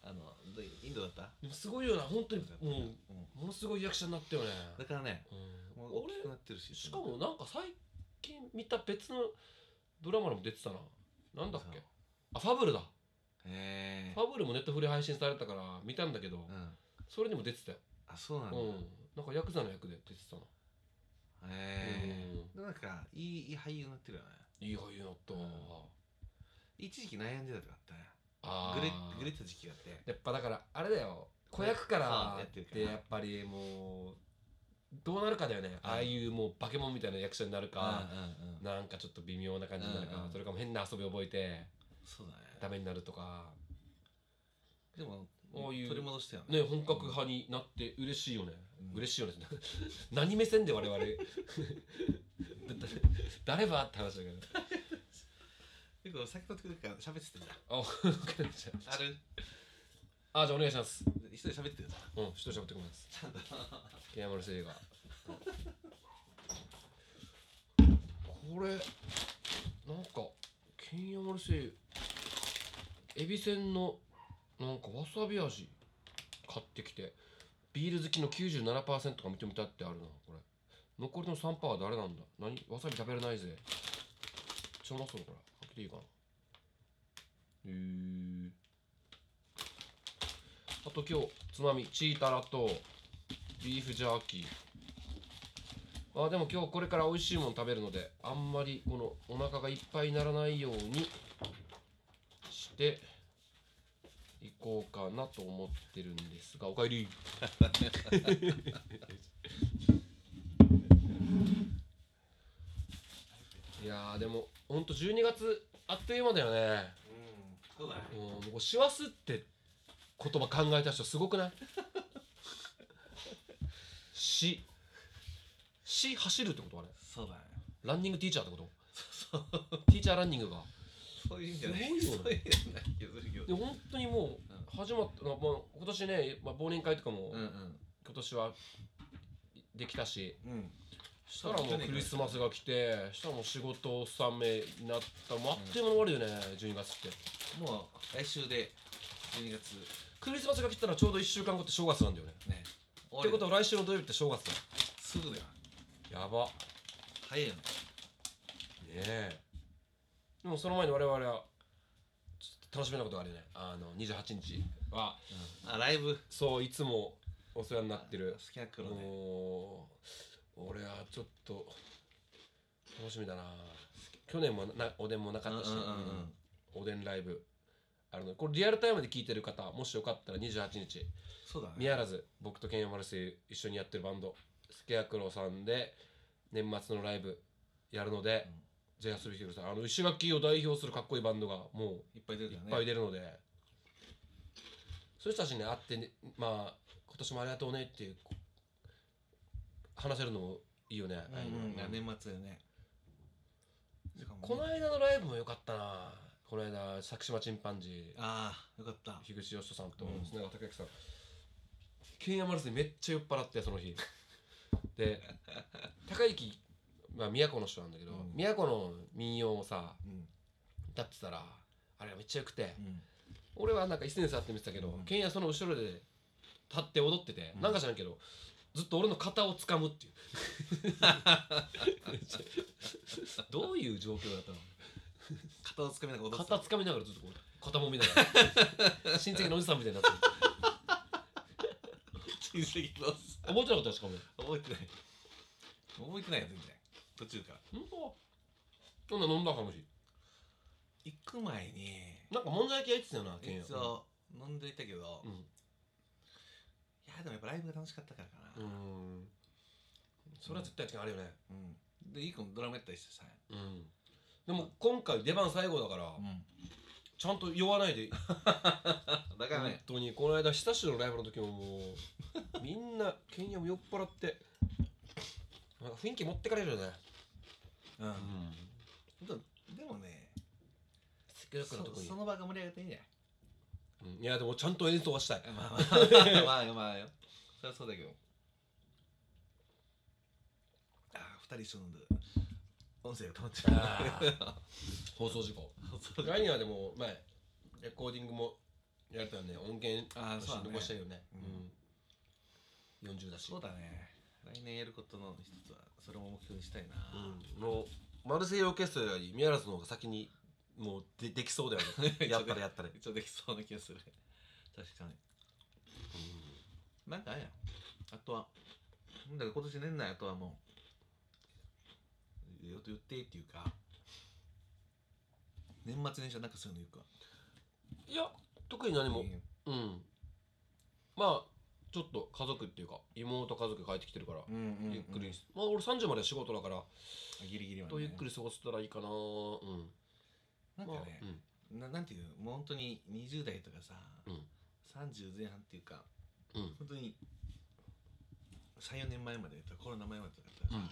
S7: あのどうインドだった
S6: でもすごいよな本当にもう
S7: うん
S6: ものすごい役者になったよね、
S7: だからね
S6: うん
S7: もう大きく
S6: 俺
S7: なってるし
S6: しかもなんか最近見た別のドラマでも出てたななんだっけ
S7: そう
S6: あファブルだ
S7: へえ
S6: ファブルもネットフリ配信されたから見たんだけど、
S7: うん
S6: それにも出てたよ、
S7: あそうなん
S6: うんな
S7: だ
S6: んかヤクザの役で出てたな
S7: へえ
S6: う
S7: でもなんかいいいい俳優になってるよね
S6: いい俳優だったわ
S7: うん一時期悩んでたとかあったね
S6: あー
S7: グレグレた時期があって
S6: やっぱだからあれだよ子役から
S7: そうや
S6: っ
S7: ってるか
S6: て
S7: ら
S6: やっぱりもうどうなるかだよねああいうもう化け物みたいな役者になるか、
S7: うんうんうん
S6: なんかちょっと微妙な感じになるか、
S7: うんうん
S6: それかも変な遊び覚えて
S7: そうだ
S6: ダ
S7: ね
S6: メになるとか
S7: でも
S6: こういう
S7: 取り戻したよ
S6: ね本格派になって嬉しいよね、
S7: うん
S6: 嬉しいよね *laughs* 何目線で我々 *laughs* だだ誰ばって話だけど
S7: 結構先の時から喋ってたじゃ
S6: あわかりました
S7: んある
S6: あじゃあお願いします
S7: 一人で喋ってたじ
S6: うん一人喋ってください
S7: ゃんちゃんと
S6: 山丸製がこれなんか金山丸製エビせんのなんかわさび味買ってきてビール好きの97%が認めたってあるなこれ残りの3%は誰なんだ何わさび食べれないぜめっちゃうまそうこれ開けていいかなへえあと今日つまみチータラとビーフジャーキーあでも今日これから美味しいもの食べるのであんまりこのお腹がいっぱいにならないようにしていこうかなと思ってるんですがおかえり *laughs* いやーでもほんと12月あっという間だよね
S7: うんそうだね
S6: うんもう師走って言葉考えた人すごくない *laughs* しし走るってことあれ
S7: そうだね
S6: ランニングティーチャーってこと
S7: そう
S6: ティーチャーランニングが
S7: そういう意味じゃない
S6: すごいよね
S7: そういう意味じゃないけど
S6: で本当にもう始まった、まあ、今年ね、まあ、忘年会とかも
S7: うんうん
S6: 今年はできたし、
S7: うん
S6: したらもうクリスマスが来てしたらもう仕事納めになったもうあっという間に終わるよね12月って
S7: もう来週で12月
S6: クリスマスが来たらちょうど1週間後って正月なんだよね
S7: ねっ
S6: ってことは来週の土曜日って正月だ
S7: すぐだよ
S6: やば
S7: 早いよね
S6: ねえでもその前に我々はちょっと楽しみなことがあるよねあの28日は
S7: あライブ
S6: そういつもお世話になってる
S7: スキャックのね
S6: もう俺はちょっと楽しみだな去年もなおでんもなかったし、
S7: うんうんうんうん
S6: おでんライブあるのでこれリアルタイムで聞いてる方もしよかったら28日
S7: そうだ
S6: 見
S7: ね
S6: やらず僕とケンヤマルス一緒にやってるバンドスケアクロさんで年末のライブやるので、ぜひ遊びに来てくださいあの石垣を代表するかっこいいバンドがも
S7: いっぱい出
S6: う
S7: る
S6: い
S7: か
S6: っ
S7: らね
S6: ぱい出るので、そういう人たちに会ってね、まあ今年もありがとうねっていうこ話せるのもいいよね、ああいうの
S7: うんうん年末だよねしかもね
S6: この間のライブも良かったなこの間作島チンパンジー
S7: ああよかった
S6: 樋口義人さんと
S7: うん
S6: 砂川隆之さん、ケンヤマルスにめっちゃ酔っ払ってその日で高之まあ宮古の人なんだけど、
S7: うん
S6: 宮古の民謡をさ
S7: うん
S6: 歌ってたらあれがめっちゃよくて、
S7: うん
S6: 俺はなんか椅子に座って見てたけど、
S7: うん
S6: ケンヤその後ろで立って踊ってて、
S7: うん
S6: なんか知らんけどずっと俺の肩を掴むっていう *laughs* どういう状況だったの
S7: 肩をつかみながら踊って
S6: 肩
S7: た
S6: 掴みながらずっとこう肩もみなが *laughs* ら親戚のおじさんみたいになってる
S7: 親 *laughs* 戚どうす
S6: 覚えてなかったですかも
S7: 覚えてない覚えてないやつみたい途中から
S6: 本当そんな飲んだかもしれ
S7: 行く前に
S6: んなんかもんじゃ焼きやってたよなケンヤ
S7: 一応飲んでいたけど
S6: う
S7: い
S6: ん
S7: やでもやっぱライブが楽しかったからか
S6: う
S7: なん
S6: それは絶対違うあるよね
S7: うんでいい子もドラムやったりしてさ
S6: うんでも今回出番最後だから、
S7: うん
S6: ちゃんと酔わないで
S7: だから
S6: 本
S7: ね
S6: 当にこの間久しぶりのライブの時ももうみんなケンヤも酔っ払ってなんか雰囲気持ってかれるよね
S7: うん
S6: う
S7: でもね
S6: せっかくのとこ
S7: そ
S6: に
S7: その場が盛り上がっていいんじゃない
S6: うんいやでもちゃんと演奏はしたい
S7: まあまあ *laughs* まあまあよそりゃそうだけどああ二人一緒なんだ音声が止まっちゃ
S6: 放送事故
S7: う *laughs* そうだ
S6: ガイにはでも前レコーディングもやれたんで音源
S7: あーそうだね
S6: 残したいよね
S7: うん
S6: うん40だし
S7: そうだね来年やることの一つはそれも目標にしたいな、 *laughs*
S6: うんもうマルセイユオーケストラより宮原さんの方が先にもうでできそうだよ *laughs* ねやったらやったら
S7: 一応できそうな気がする確かになんかあれやあとはなんだか今年年内あとはもうよ言ってっていうか年末年始はなんかそういうの言うか
S6: いや特に何もうんまあちょっと家族っていうか妹家族帰ってきてるから、
S7: うんうんうん
S6: ゆっくりまあ俺30まで仕事だから、
S7: あギリギリまで
S6: と
S7: ね、
S6: ゆっくり過ごせたらいいかなうん
S7: なんか
S6: まあ
S7: ね、ななんていうのもう本当に20代とかさ、
S6: うん
S7: 30前半っていうか
S6: うんうん
S7: 本当に34年前までコロナ前までとかだったらさ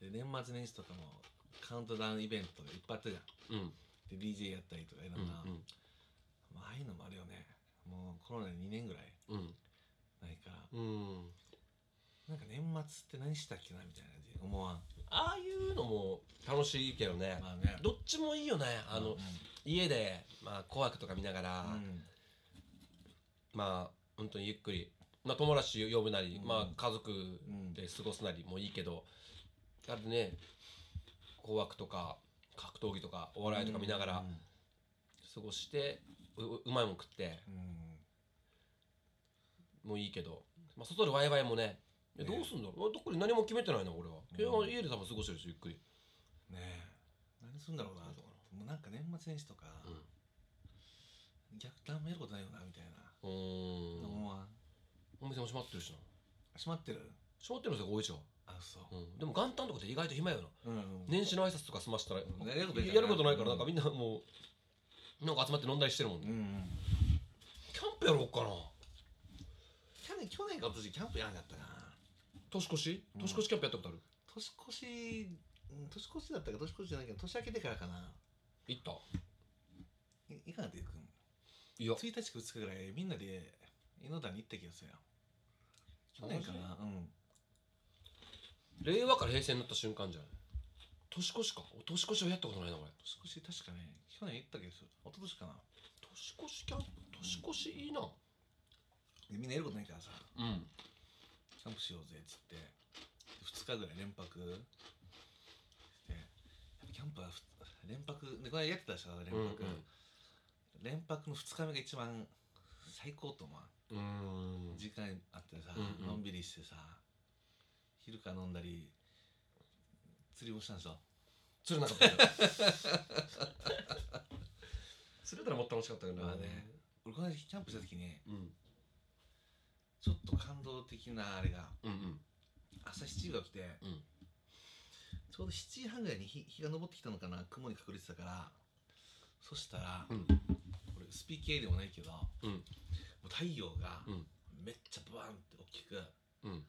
S7: で年末年始とかもカウントダウンイベントがいっぱいあったじゃん
S6: うんうん
S7: で DJ やったりとかいろ
S6: うん
S7: んな、まあああいうのもあるよねもうコロナで2年ぐらい
S6: うん
S7: ないから
S6: うん
S7: なんか年末って何したっけなみたいな感じで思わん
S6: ああいうのも楽しいけどね、
S7: まあね
S6: どっちもいいよねあの、
S7: うん
S6: 家で、まあ、紅白とか見ながら、まあ本当にゆっくり、まあ、友達呼ぶなり、
S7: うん
S6: まあ、家族
S7: うん
S6: で過ごすなりもいいけどあとね紅白とか格闘技とかお笑いとか見ながら過ごしてうううまいもん食って
S7: うんうん
S6: もういいけど、まあ、外でワイワイもねえ
S7: ね
S6: どうすんだろう特に何も決めてないな俺は、
S7: うん
S6: いや家で多分過ごしてるしゆっくり、
S7: ねえ何するんだろうなと思ってもうなんか年末年始とか、逆何もやることないよなみたいな、
S6: うん、うーん
S7: 思わん
S6: お店も閉まってるしな
S7: 閉まってる
S6: 閉まってる店が多いじゃん、
S7: あそう
S6: うん、でも元旦とかって意外と暇よな
S7: うんうん
S6: 年始の挨拶とか済ましたら、
S7: ん
S6: や
S7: やることないか
S6: ることないからな
S7: らうん
S6: んかみんなもうなんか集まって飲んだりしてるもんね、
S7: うん
S6: キャンプやろうかな
S7: 去年去年か今年キャンプやらなかったな
S6: 年越し
S7: うん
S6: 年越しキャンプやったことある、
S7: 年越しうん年越しだったか年越しじゃないけど年明けてからかな
S6: 行った
S7: いいかなっていくん
S6: いや
S7: 1日か2日ぐらいみんなで井の谷行った気がするよ去年かなうん
S6: 令和から平成になった瞬間じゃない年越しかお年越しはやったことないな俺
S7: 年越し確かね去年行った気がする一昨年かな
S6: 年越しキャンプ年越しいいな
S7: でみんなやることないからさ
S6: うん
S7: キャンプしようぜっつって2日ぐらい連泊してやっぱキャンプはふ連泊でこれやってたでしょ連
S6: うん
S7: 泊、連泊の2日目が一番最高と思わん
S6: うんうん
S7: 時間あってさ、
S6: うんうん
S7: のんびりしてさ昼から飲んだり釣りもしたんでしょ
S6: 釣れなかったけど釣れたらもっと楽しかったけど
S7: まあね *laughs* 俺この間キャンプした時に
S6: うん
S7: ちょっと感動的なあれが
S6: うんうん
S7: 朝7時が起きて、
S6: うん
S7: ちょうど7時半ぐらいに日日が昇ってきたのかな雲に隠れてたからそしたら、
S6: うん
S7: 俺スピー系でもないけども
S6: うん
S7: う太陽が
S6: うん
S7: めっちゃバーンって大きく
S6: うん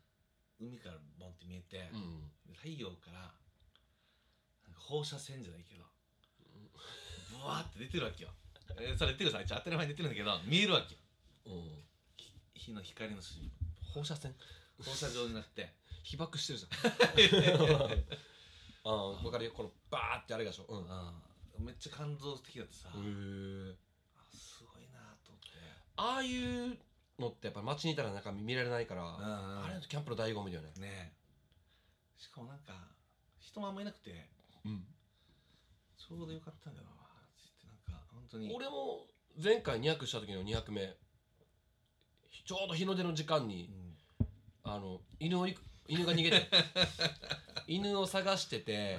S7: 海からボンって見えて、
S6: うん
S7: 太陽からなんか放射線じゃないけどブワーって出てるわけよえーそれ言ってくださいちょ当たり前に出てるんだけど見えるわけよ
S6: うん
S7: ひ日の光の筋
S6: 放射線
S7: 放射状になって
S6: 被爆してるじ
S7: *laughs*
S6: ゃんああ分かるよこのバーってあれがでしょうん
S7: うんめっちゃ感動的だってさ、
S6: へえ
S7: あすごいなと思って
S6: ああいうのってやっぱ街にいたらなんか見られないから、あ
S7: あ
S6: れのキャンプの醍醐味だよね
S7: れねえしかもなんか人もあんまいなくて
S6: うん
S7: ちょうどよかったんだよなつってなんか本当に
S6: 俺も前回2泊した時の2泊目ちょうど日の出の時間
S7: う
S6: に
S7: ん
S6: あの犬をいく犬が逃げ *laughs* て犬を探してて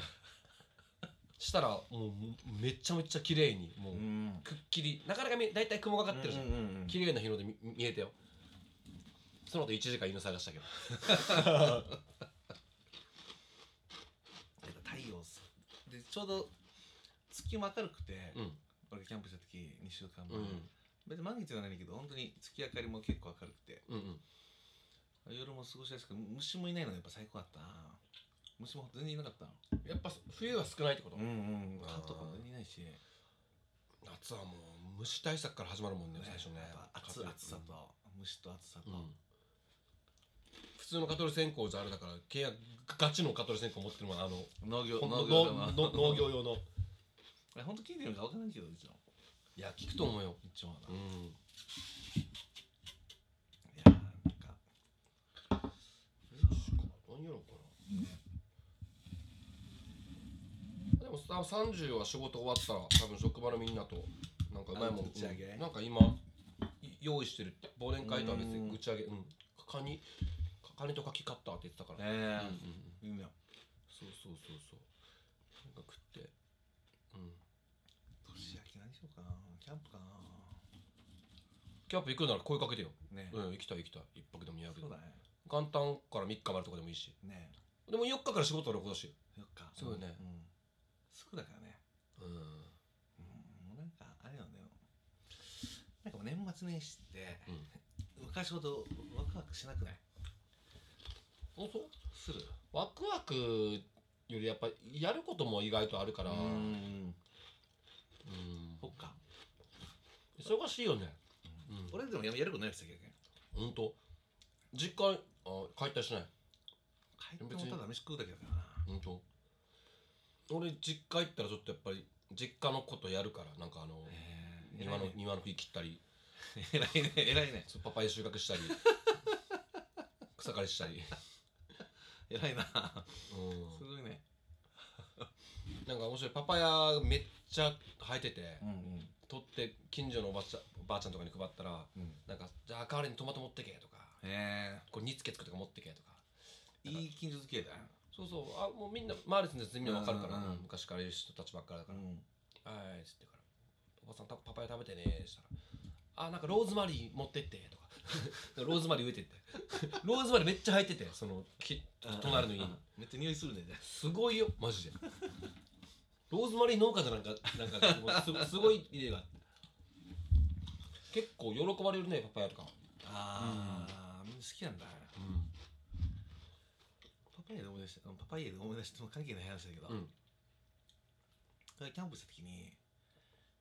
S6: したらもうめちゃめちゃ綺麗にもう
S7: うん
S6: くっきりなかなか見大体雲がかってるじゃん
S7: うんうんうん
S6: 綺麗な日の出見見えたよその後1時間犬探したけど
S7: なんか太陽さでちょうど月も明るくて、
S6: うん
S7: 俺がキャンプした時2週間
S6: う
S7: 前、
S6: ん
S7: 別に満月じゃないんだけど本当に月明かりも結構明るくて
S6: うんうん
S7: 夜も過ごしやすく虫もいないのがやっぱ最高だったな虫も全然いなかった
S6: やっぱ冬は少ないってこと、
S7: うんうん
S6: あー
S7: 蚊とかも全然いないし
S6: 夏はもう虫対策から始まるもんね最初ね
S7: やっぱ暑
S6: 蚊取り
S7: 暑さと虫と暑さと、
S6: うん普通のカトル専攻じゃあれだから契約ガチのカトル専攻持ってるもんあの
S7: 農業
S6: ほんの
S7: 農業
S6: の
S7: 農
S6: の
S7: 業 *laughs*
S6: 農業用の
S7: 本当聞いてるのか分かんないけどうちの
S6: いや聞くと思うよ
S7: うちのはな、
S6: う
S7: い
S6: ん
S7: やーなんか
S6: 何やろうかなでもさ30は仕事終わったら多分職場のみんなとなんかうまいも
S7: あ
S6: ん
S7: 打ち上げ
S6: うんなんか今い用意してるって忘年会とは別
S7: うん
S6: に打ち上げうんカニカニと柿買ったって言ってたから、
S7: え
S6: うんうん
S7: え
S6: うん
S7: いいな
S6: そうそうそうそうなんか食ってうん
S7: 年明け何しようかなキャンプかな
S6: キャンプ行くなら声かけてよ、
S7: ね
S6: うん、行きたい行きたい一泊でも二泊で
S7: そう
S6: も
S7: だね
S6: 元旦から三日までとかでもいいし
S7: ね
S6: でも四日から仕事は6だし
S7: よっか
S6: そうよね
S7: んすぐだからね
S6: うん
S7: うんもうなんかあれよねなんかもう年末年始って
S6: うん
S7: 昔ほどワクワクしなくない
S6: あそう
S7: する
S6: ワクワクよりやっぱやることも意外とあるからうん
S7: んそっか
S6: 忙しいよねうん
S7: 俺でもややることないですよ逆に
S6: ほんと実家あ帰ったりしない
S7: 帰ってもただ飯食うだけだからな
S6: ほんと俺実家行ったらちょっとやっぱり実家のことやるからなんかあの
S7: ええ
S6: 庭の庭の木切ったり
S7: 偉いね偉いね
S6: そうパパイヤ収穫
S7: *laughs*
S6: したり草刈りしたり
S7: 偉いな
S6: うん
S7: すごいね
S6: なんか面白いパパイヤめっちゃ生えてて、
S7: んうん
S6: 取って近所のおばちゃんおばあちゃんとかに配ったら
S7: うん
S6: なんかじゃあ代わりにトマト持ってけとか
S7: え
S6: これ煮つけ作って持ってけとか
S7: えいい近所付き合いだ
S6: そうそうあもうみんな周り住んで全員わかるから、
S7: うんうんうん
S6: 昔からいる人たちばっかりだから
S7: ん
S6: 「はい」っつってから「おばさんたパパイヤ食べてね」したら「あなんかローズマリー持ってって」とか *laughs* ローズマリー植えて *laughs* ってローズマリーめっちゃ生えててそのき隣の家に
S7: めっちゃ匂いするね
S6: すごいよマジでローズマリー農家じゃなんかなんかもうすすごい家があって結構喜ばれるねパパイヤとか
S7: ああ、みんな好きなんだパパイヤで思い出したパパイヤで思い出しても関係ない話だけど、
S6: うん
S7: これキャンプした時に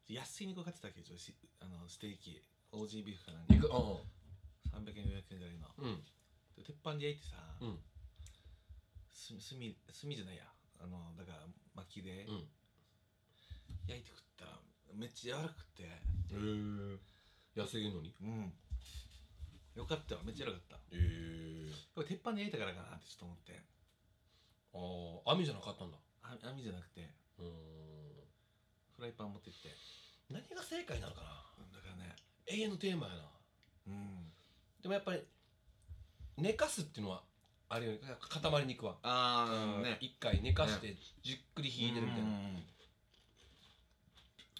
S7: 安い肉を買ってたわけどしあのステーキオージービーフかなんか
S6: 肉うん
S7: 300円400円ぐらいの
S6: うん
S7: で鉄板で焼いてさ、
S6: うん
S7: す炭炭じゃないやあのだから薪で
S6: うん
S7: 焼いて食ったらめっちゃ柔らかくて
S6: へえ安いのに
S7: うんよかったわめっちゃ柔らかかっ
S6: へ
S7: た
S6: え
S7: これ鉄板で焼いたからかなってちょっと思って
S6: ああ網じゃなかったんだ
S7: あ網じゃなくて
S6: うーん
S7: フライパン持ってって
S6: 何が正解なのかな
S7: うんだからね
S6: 永遠のテーマやな
S7: うん
S6: でもやっぱり寝かすっていうのはあれよね固まり肉は
S7: ああね
S6: 一回寝かしてじっくり
S7: 引
S6: 引
S7: い
S6: い
S7: て
S6: て
S7: る
S6: るみ
S7: みた
S6: た
S7: い
S6: い
S7: な
S6: な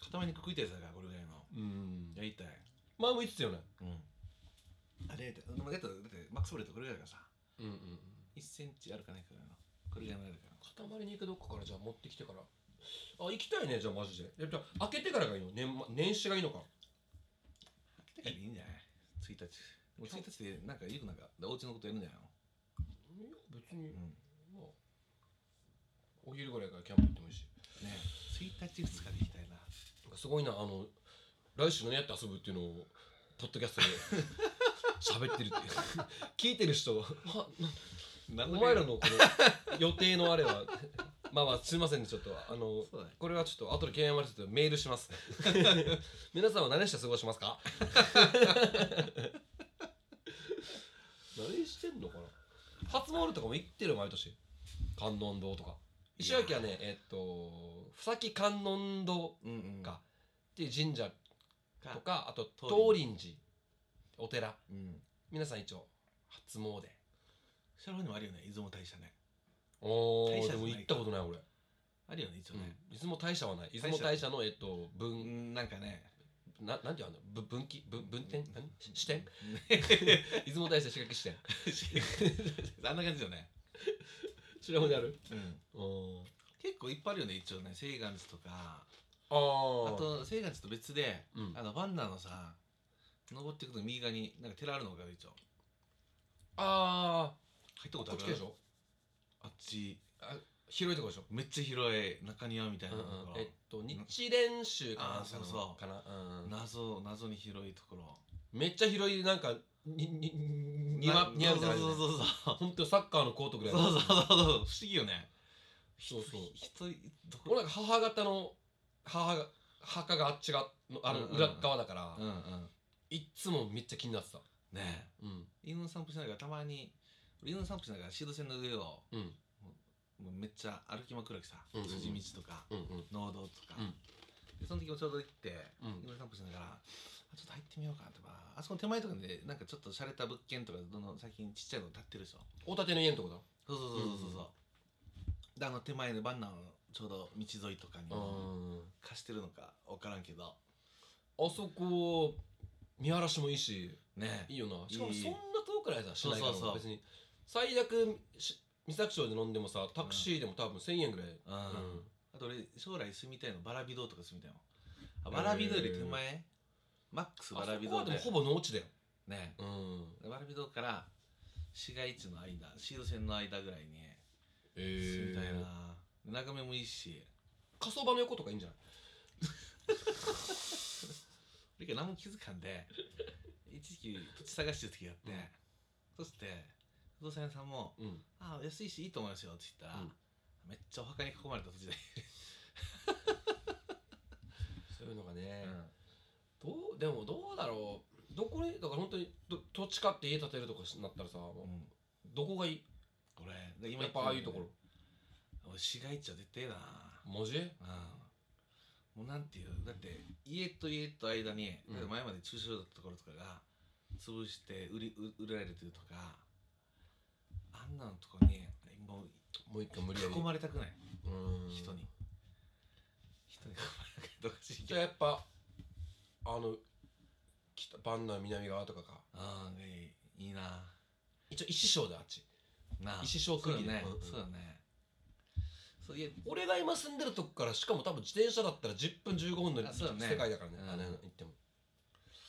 S7: 固めに食いたいさがこれぐらいの
S6: うん
S7: やりたい
S6: 前も言ってたよね
S7: うんあれだってだってだってマックスボレットこれぐらいだからさ
S6: うんうんうん
S7: 1センチあるかないかぐらいのこれぐらいのあるから
S6: 塊肉どっかからじゃあ持ってきてからあ行きたいねじゃあマジでやっぱ開けてからがいいの年末年始がいいのか
S7: だからいいんじゃない ?1 日もう1日でなんかよくなんかお家のことやるんじゃない
S6: いや別に、
S7: のうん
S6: まあお昼ぐらいからキャンプ行ってもいいし
S7: ね1日2日で行きたいな
S6: なんかすごいなあの来週何やって遊ぶっていうのをポッドキャストで *laughs* 喋ってるっていう聞いてる人はあ
S7: 何
S6: お
S7: の
S6: 前らのこの予定のあれはまあまあすいませんねちょっとあの
S7: そうだね
S6: これはちょっと後で敬遠までちょっとメールし *laughs* ます皆さんは何して過ごしますか何してんのかな初詣とかも行ってるよ毎年観音堂とか石垣はねえっと房木観音堂
S7: うんうん
S6: かっていう神社とかあと
S7: 東
S6: 東林寺お寺
S7: うん
S6: 皆さん一応初詣
S7: 下の方にもあるよね出雲大社ね
S6: お
S7: 大
S6: ー
S7: 社
S6: で
S7: じゃな
S6: も
S7: いか
S6: 行ったことない俺
S7: あるよね一応ね
S6: うん、出雲大社はない出雲大社のえっと
S7: う
S6: 分
S7: んなんかね
S6: ななんていうのぶ分岐ぶ分店何し支店
S7: ね
S6: 出雲大社仕掛け支店
S7: *laughs* あんな感じだよね
S6: 白にある
S7: うん
S6: うん
S7: 結構いっぱいあるよね一応ね西岸寺とか
S6: あ
S7: あ
S6: ー
S7: とセイガちょっと別で、
S6: うん
S7: あのバンナのさ登っていくの右側になんか寺あるのが一応
S6: あ
S7: 入ったこ
S6: ー
S7: と
S6: こっ
S7: ある
S6: ち系でしょ
S7: あっち
S6: 広いとこでしょ
S7: めっちゃ広い中庭みたいなところ、
S6: えっと日蓮宗かな
S7: あーそうそう
S6: かな、うんうん、
S7: 謎謎に広いところ
S6: めっちゃ広いなんかににに庭
S7: な
S6: 庭みたいな感じ
S7: そう
S6: ね
S7: そうそうそう
S6: ほんとサッカーのコートぐらい
S7: そう
S6: の
S7: そうそうそう不思議よね
S6: そうそう
S7: 人人ど
S6: 俺
S7: こ
S6: なんか母方の母が墓があっちがのあの
S7: うんうん
S6: 裏っ側だから、
S7: うんうん
S6: いっつもめっちゃ気になってた、
S7: ね
S6: うん、
S7: え犬の散歩しながらたまに俺犬の散歩しながらシード線の上を
S6: うん
S7: もうめっちゃ歩きまくるわけさ、
S6: うんうんうん
S7: 筋道とか
S6: うんうん
S7: 農道とか、
S6: うん
S7: でその時もちょうど行って
S6: うん
S7: 犬の散歩しながらあちょっと入ってみようかなとかあそこの手前とかでなんかちょっと洒落た物件とかどの最近ちっちゃいの建ってるでしょ
S6: 大館の家のとこだ
S7: そうそうそうそうそう、うであの手前のバンナーのちょうど道沿いとかに
S6: う
S7: も
S6: ん
S7: 貸してるのか分からんけど
S6: あそこ見晴らしもいいし
S7: ね
S6: いいよなしかも
S7: いい
S6: そんな遠くないさ市内からも
S7: そうそうそう
S6: 別に最悪し三崎町で飲んでもさタクシーでも多分1000円ぐらい、
S7: うん、
S6: うん
S7: あと俺将来住みたいのバラビドとか住みたいのあ
S6: へー
S7: バラビドより手前、マックス
S6: あ
S7: バラビ
S6: そこ
S7: ド
S6: は
S7: で
S6: でもほぼ農地だよ、
S7: ね
S6: うん
S7: バラビドから市街地の間シード線の間ぐらいに
S6: え
S7: 住みたい
S6: ー、
S7: な、眺めもいいし
S6: 火葬場の横とかいいんじゃない
S7: 俺が何も気づかんで一時期土地探してる時があって、
S6: うん
S7: そして不動産屋さんも
S6: うん
S7: ああ安いしいいと思いますよって言ったら、
S6: うん
S7: めっちゃお墓に囲まれた土地で、
S6: そういうのがね、どうでもどうだろうどこにだから本当にど土地買って家建てるとかしなったらさ、
S7: うん
S6: どこがいい
S7: これで今
S6: やっぱああいうところ
S7: 俺市街地は絶対だな
S6: マジ
S7: うんもうなんていうだって家と家と間に、
S6: うん
S7: だって前まで駐車場だったところとかが潰して売り売売られてるとかあんなのとこにもう
S6: もう一回無理やり
S7: 囲まれたくない
S6: うん
S7: 人に人に囲まれたくないどっかしい
S6: じゃあやっぱあの北番南南側とかか
S7: ああいいいいな
S6: 一応石章であっち
S7: なあ
S6: 石小区
S7: そう
S6: 域
S7: だね
S6: うんうん
S7: そうだねそういや
S6: 俺が今住んでるとこからしかも多分自転車だったら10分15分の
S7: あそうだね
S6: 世界だからね
S7: うん
S6: あの行っても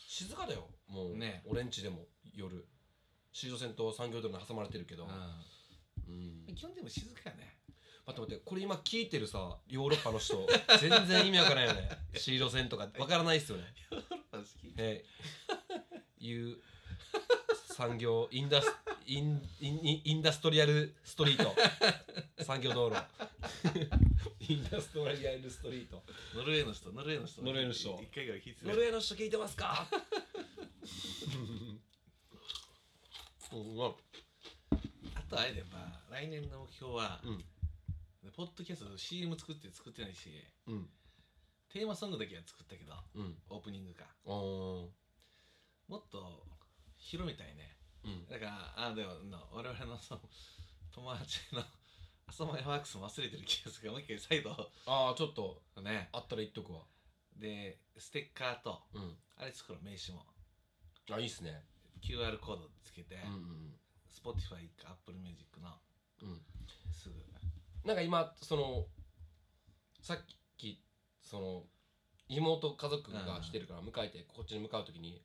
S6: 静かだよもう
S7: ね
S6: 俺んちでも夜シード線と産業道路に挟まれてるけど、うん
S7: 基本でも静かやね
S6: 待って待ってこれ今聞いてるさヨーロッパの人全然意味わからん
S7: *laughs*
S6: よねシード線とかわからないっすよね
S7: 好き
S6: えいいう産業インダスインインインインダストリアルストリート産業道路インダストリアルストリート
S7: ノルウェーの人ノルウェーの人
S6: ノルウェーの人
S7: 一回ぐらい聞いて
S6: ノ
S7: る
S6: ルウェーの人聞いてますかうんまあ
S7: あとあれでやっぱ来年の目標は、
S6: うん
S7: ポッドキャスト CM 作って作ってないし
S6: うん
S7: テーマソングだけは作ったけど
S6: うん
S7: オープニングか
S6: あー
S7: もっと広めたいね
S6: うん
S7: だからあでもな我々のその友達の朝前ワークスも忘れてる気がするからもう一回再度
S6: あーちょっと
S7: ね
S6: あったら言っとくわ
S7: でステッカーと
S6: うん
S7: あれ作ろう名刺も
S6: あいいっすね
S7: QR コードつけて、
S6: うんうん
S7: ス Spotify か Apple Music の
S6: うんうん
S7: すぐ
S6: なんか今そのさっきその妹家族が来てるから迎えてこっちに向かう時に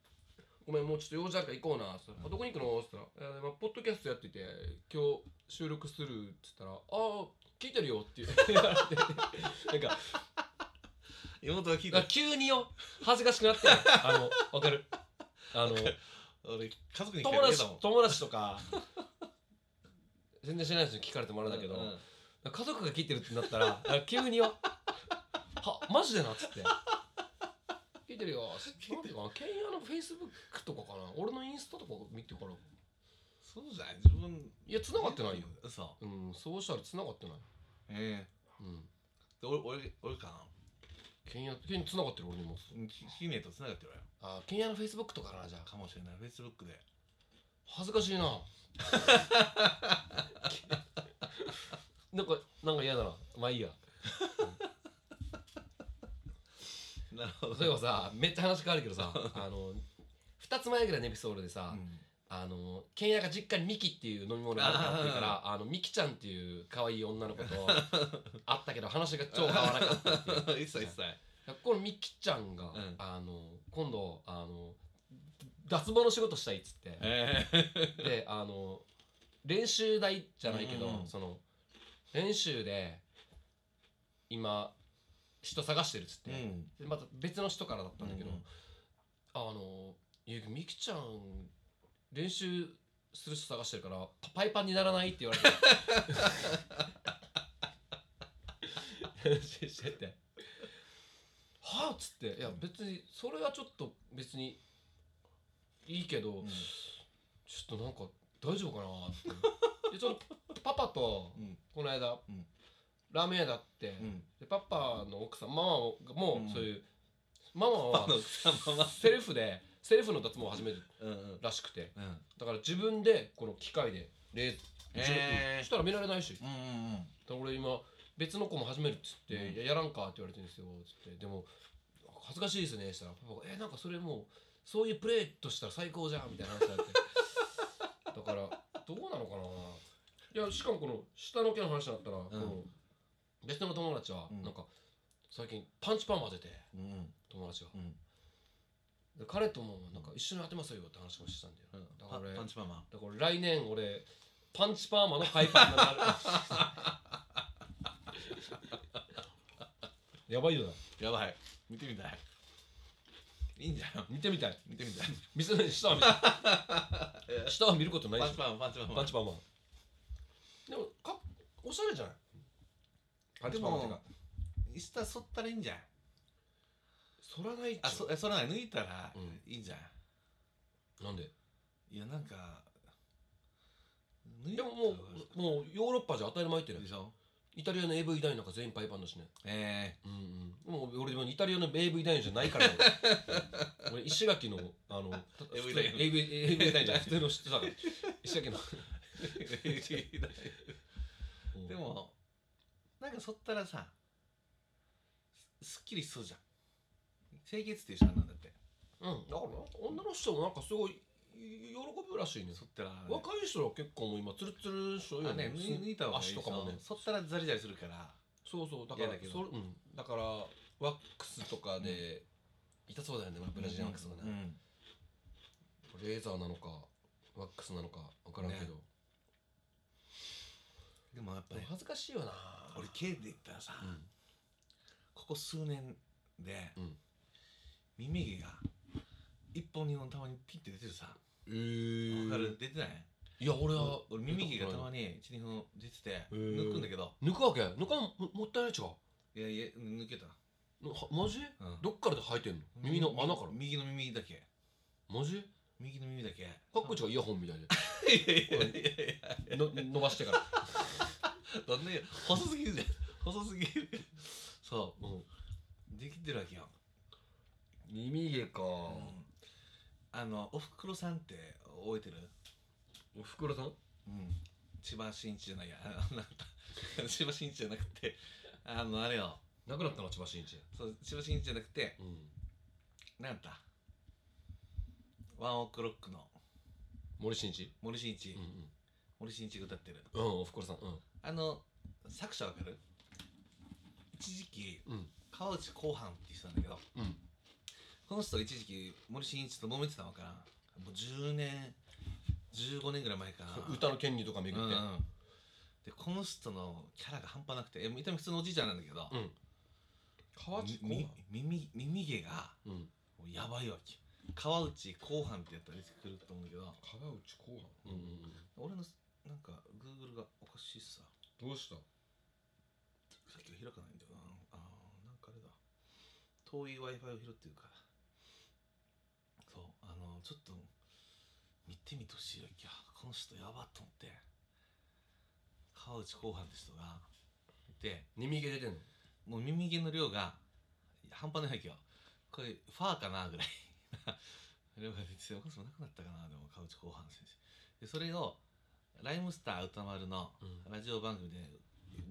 S6: 「ごめんもうちょっと用事あるから行こうな」っつったらあどこに行くの?」っつったらえー「まあポッドキャストやってて今日収録する」っつったら「ああ聞いてるよ」って言って *laughs* なんか
S7: 妹が聞い
S6: なんか急によ恥ずかしくなってあのわかるあの
S7: 俺家族に聞か
S6: 友
S7: れてたも
S6: 達
S7: ん
S6: 友達とか全然知らない人に聞かれてもあれだけど、
S7: うん
S6: 家族が聞いてるってなったらあ急によ「はマジでな」っつって「聞いてるよ」なんていうかなケンヤのフェイスブックとかかな俺のインスタとか見てからい
S7: そうじゃない自分
S6: や繋がってないよ
S7: 嘘
S6: うんそうしたら繋がってない
S7: え
S6: うん
S7: えで俺俺俺かな
S6: ケンヤケンヤ繋がってる俺にも
S7: うんききねえと繋がってるわよ
S6: あケンヤのフェイスブックとかかなじゃあ
S7: かもしれない Facebook で
S6: 恥ずかしい *laughs* ななんかなんか嫌だなまあいいや
S7: なるほ
S6: 例えばさめっちゃ話変わるけどさあの2つ前ぐらいのエピソードでさ、
S7: うん
S6: あのケンヤが実家にミキっていう飲み物があるからって言うからあのミキちゃんっていう可愛い女の子と会ったけど話が超合わなかったっていう
S7: 一切一切
S6: このミキちゃんが、
S7: ん
S6: あの今度あの脱毛の仕事したいっつって
S7: え
S6: であの練習台じゃないけど、
S7: うんうん
S6: その練習で今人探してるっつって、
S7: えうん
S6: でまた別の人からだったんだけど、
S7: うんうん
S6: あのゆうきみきちゃん練習する人探してるからパパイパンにならないって言われて話しててはあっつっていや別にそれはちょっと別にいいけど、
S7: うん
S6: ちょっとなんか大丈夫かなってでちょっとパパと
S7: うん
S6: この間、
S7: うん
S6: ラーメン屋だって、
S7: うん
S6: でパパの奥さんママもも
S7: うん
S6: そういう、ママは
S7: あの草ま *laughs* ま
S6: セルフでセルフの脱毛を始める
S7: うんうん
S6: らしくて
S7: うん
S6: だから自分でこの機械で冷
S7: へー
S6: したら見られないし
S7: うんう
S6: だ
S7: ん
S6: から俺今別の子も始めるっつって「
S7: うん
S6: いややらんか」って言われてるんですよっつってでも「恥ずかしいですね」したらパパが「えなんかそれもうそういうプレーとしたら最高じゃん」みたいな話になってだからどうなのかないやしかもこの下の毛の話になったら、この別の友達は
S7: うん
S6: なんか最近パンチパン混ぜて
S7: うんうん
S6: 友達が
S7: うん
S6: で彼ともなんか一緒に当てますよって話もしてたんだよ、
S7: うん
S6: だか
S7: パ
S6: ら俺
S7: パンチパーマ
S6: だから来年俺パンチパーマのハイパーになる *laughs* やばいよな
S7: やばい見てみたいいいんじゃん
S6: 見てみたい
S7: 見てみたい
S6: 見せない下は見 *laughs* る下は見ることないで
S7: パン
S6: し
S7: チパーマパンチパー
S6: ょ
S7: マ
S6: パンチパーマでもかおしゃれじゃないパンチパーマって
S7: で
S6: か
S7: も下剃ったらいいんじゃん
S6: そらないっちゃ
S7: あそえ剃らない抜いたら
S6: うん
S7: いいんじゃん、
S6: なんで
S7: いやなんか抜い
S6: で
S7: た
S6: も
S7: ら
S6: もうもうヨーロッパじゃ当たり前ってね
S7: でしょ
S6: イタリアの AV 男優なんか全員パイパンだしね
S7: え
S6: うんうん、もう俺もイタリアの AV 男優じゃないから *laughs* ね俺石垣のあの
S7: AV 男優
S6: AV AV 男優じゃない普通の人だから石 *laughs* 垣の
S7: ー、でもなんか剃ったらさすすっきりしそうじゃん清潔っていう人なんだって
S6: うんだからなんか女の人もなんかすごい喜ぶらしいね
S7: 剃ったら、ね、
S6: 若い人は結構もう今ツルツルしょよ
S7: あね抜い抜いた方がいい
S6: 足とかもね
S7: 剃ったらザリザリするから
S6: そうそうだから
S7: 嫌だけど
S6: それうん、だからワックスとかで、痛そうだよねブラジルワックスがね、
S7: うん
S6: レーザーなのかワックスなのか分からんけど、
S7: でもやっ
S6: で
S7: ぱ
S6: も
S7: ね
S6: 恥ずかしいよな
S7: 俺経理で言ったらさ、
S6: うん
S7: ここ数年で、
S6: うん
S7: 耳毛が一本二本たまにピッて出てるさわ
S6: えー
S7: かる出てない
S6: いや俺は
S7: 俺耳毛がたま
S6: に
S7: に12本出てて
S6: ー
S7: 抜くんだけど
S6: 抜くわけ抜かんももったいない違う
S7: いやいや抜けた、
S6: のはマジ
S7: うん
S6: どっからで生えてんの耳の穴から
S7: 右の耳だけ
S6: マジ
S7: 右の耳だけ
S6: かっこいい違うイヤホンみたい
S7: *laughs* いやいやいやいやい
S6: で
S7: や
S6: の伸ばしてから、
S7: どんな細すぎるじゃん細すぎるそ
S6: うん、
S7: うできてるわけよ、
S6: 耳毛か
S7: うんあのおふくろさんって覚えてる
S6: おふくろさん
S7: うん千葉真一じゃないやあのなんか *laughs* 千葉真一じゃなくてあのあれよ
S6: 亡くなったの千葉真一
S7: そう千葉真一じゃなくて
S6: うん
S7: なんだワンオクロックの
S6: 森真一
S7: 森進一、
S6: うん
S7: 森進一が歌ってる
S6: うんうんおふくろさんう
S7: あの作者わかる一時期
S6: んうん
S7: 川内後半って人なんだけど
S6: うん
S7: この人は一時期森進一と揉めてたのかなもう10年15年ぐらい前かな
S6: 歌の権利とか巡
S7: うん
S6: っ
S7: うん
S6: て
S7: でこの人のキャラが半端なくてえ見た目普通のおじいちゃんなんだけど、
S6: うん川内
S7: み耳耳毛が
S6: うん
S7: もうやばいわけ川内後半ってやったら出てくると思うんだけど
S6: 川内後半うんうんうん
S7: 俺のなんかグーグルがおかしいっすさ
S6: どうした
S7: さっきは開かないんだよなあーなんかあれだ遠い w i f i を拾ってるからそうあのちょっと見てみてほしいわけやこの人やばっと思って川内後半って人がいて
S6: 耳毛出てんの
S7: もう耳毛の量が半端ないわけよこれファーかなぐらい *laughs* 量が出てておかしもなくなったかなでも川内後半先生でそれをライムスター歌丸の
S6: うん
S7: ラジオ番組で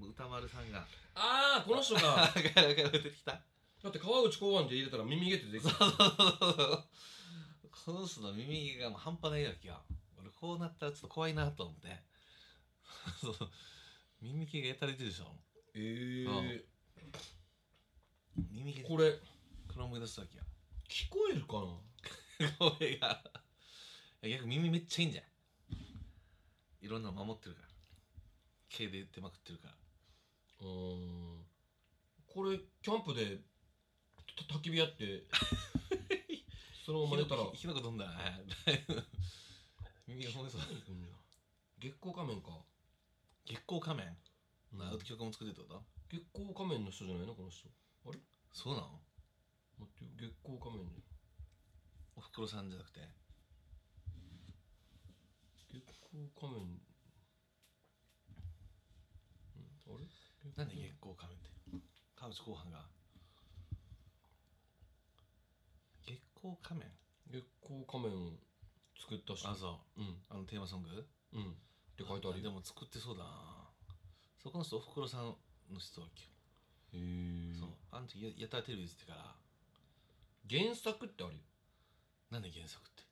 S7: 歌丸さんが
S6: ああこの人
S7: わ
S6: か *laughs*
S7: かるわかる出てきた
S6: だって川内公安で入れたら *laughs* 耳毛ってできる
S7: この人の耳毛がもう半端ないわけよこうなったらちょっと怖いなと思ってそう耳毛がやたれてるでしょ
S6: ええ
S7: 耳毛
S6: これ
S7: 黒目出したわけや
S6: 聞こえるかな
S7: 声が逆に耳めっちゃいいんじゃんいろんなの守ってるから毛で出まくってるから
S6: うーんこれキャンプでた焚き火やって
S7: *laughs*
S6: そのまま寝たら
S7: ひひのこ飛んだな耳がほんでそう
S6: 月光仮面か
S7: 月光仮面
S6: うん
S7: な曲も作ってるってこと
S6: 月光仮面の人じゃないのこの人
S7: そうなの
S6: 待ってよ月光仮面ね
S7: おふくろさんじゃなくて
S6: 月光仮面んあれ
S7: なんで月光仮面って川口後半が月光仮面
S6: 月光仮面を作った人
S7: あそ
S6: うん
S7: うあのテーマソングっ
S6: うんって書いてある
S7: で
S6: よ
S7: も作ってそうだなそこの人おふくろさんの人だっけ
S6: へえ
S7: そうあの時ややたらテレビ出てから
S6: 原作ってあるよ
S7: なんで原作って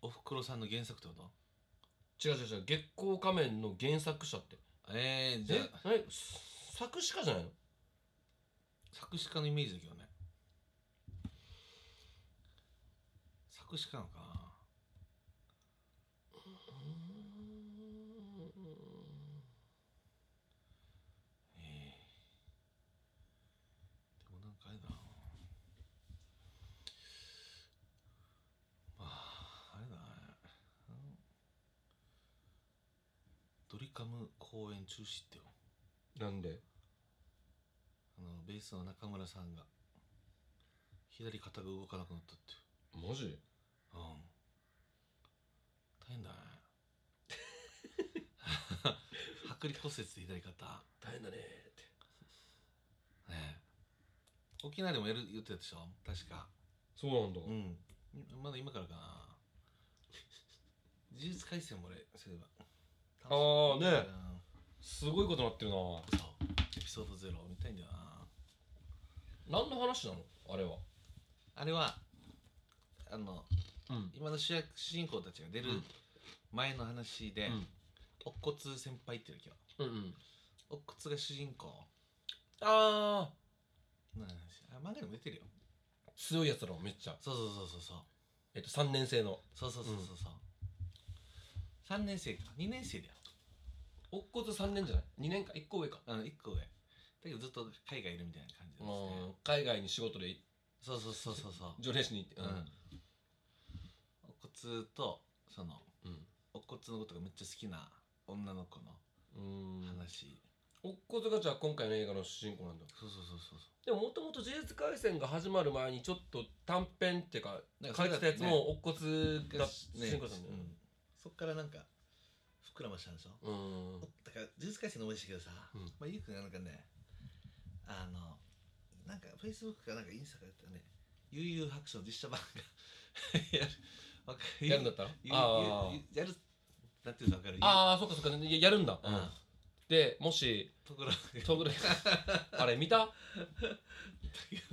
S7: おふくろさんの原作ってこと
S6: 違う違う違う月光仮面の原作者って
S7: えー、じゃ
S6: え
S7: あ
S6: え作詞家じゃないの
S7: 作詞家のイメージだけどね作詞家なのかなえー、でもなんかあれだなまああれだなうんドリカム公演中止ってよ
S6: なんで
S7: あのベースの中村さんが左肩が動かなくなったっていう
S6: マジ
S7: うん大変だね剥離骨折で左肩
S6: 大変だねって
S7: ねえ沖縄でもやる予定だったでしょ確か
S6: そうなんだ、
S7: うんまだ今からかな呪術廻戦も俺すれば
S6: あーね
S7: うん
S6: すごいことなってるな
S7: そうエピソードゼロ見たいんだよな
S6: 何の話なのあれは
S7: あれはあの
S6: うん
S7: 今の主役主人公たちが出る
S6: うん
S7: 前の話で、
S6: うん
S7: おっこつ先輩っていうの今日
S6: うんうん
S7: おっこつが主人公
S6: ああ
S7: の話あ漫画でも出てるよ
S6: 強いやつらめっちゃ
S7: そうそうそうそうそう
S6: えっと3年生の
S7: そうそうそうそうそう3年生か2年生だよ
S6: おっこと3年じゃない2年か1個上か
S7: あの1個上だけどずっと海外いるみたいな感じ
S6: う
S7: なんですね
S6: ん海外に仕事で
S7: そうそうそうそうそう
S6: 除霊しに行って
S7: うん、お骨とその
S6: うん
S7: お骨のことがめっちゃ好きな女の子の
S6: うん
S7: 話、
S6: おっことがじゃあ今回の映画の主人公なんだ
S7: そうそうそうそうそう
S6: でももともと「呪術廻戦」が始まる前にちょっと短編っていうか
S7: なんか
S6: 書いてたやつ
S7: ね
S6: もおっこつが主
S7: ね
S6: 人公なんだ
S7: う
S6: よね
S7: ん、そっからなんか膨らましたんでしょ、
S6: うん
S7: だから呪術廻戦の思い出したけどさ、
S6: うん
S7: まあ、ゆうくんがなんかねあのなんかフェイスブックかなんかインスタかやったらね悠々白書の実写版が *laughs* やるわか
S6: やるんだったら
S7: ゆゆ
S6: あ
S7: ゆやるなんていうのわかる
S6: あああそっかそっかねややるんだ
S7: うん
S6: でもし
S7: ところが
S6: ト
S7: *laughs*
S6: グレあれ見た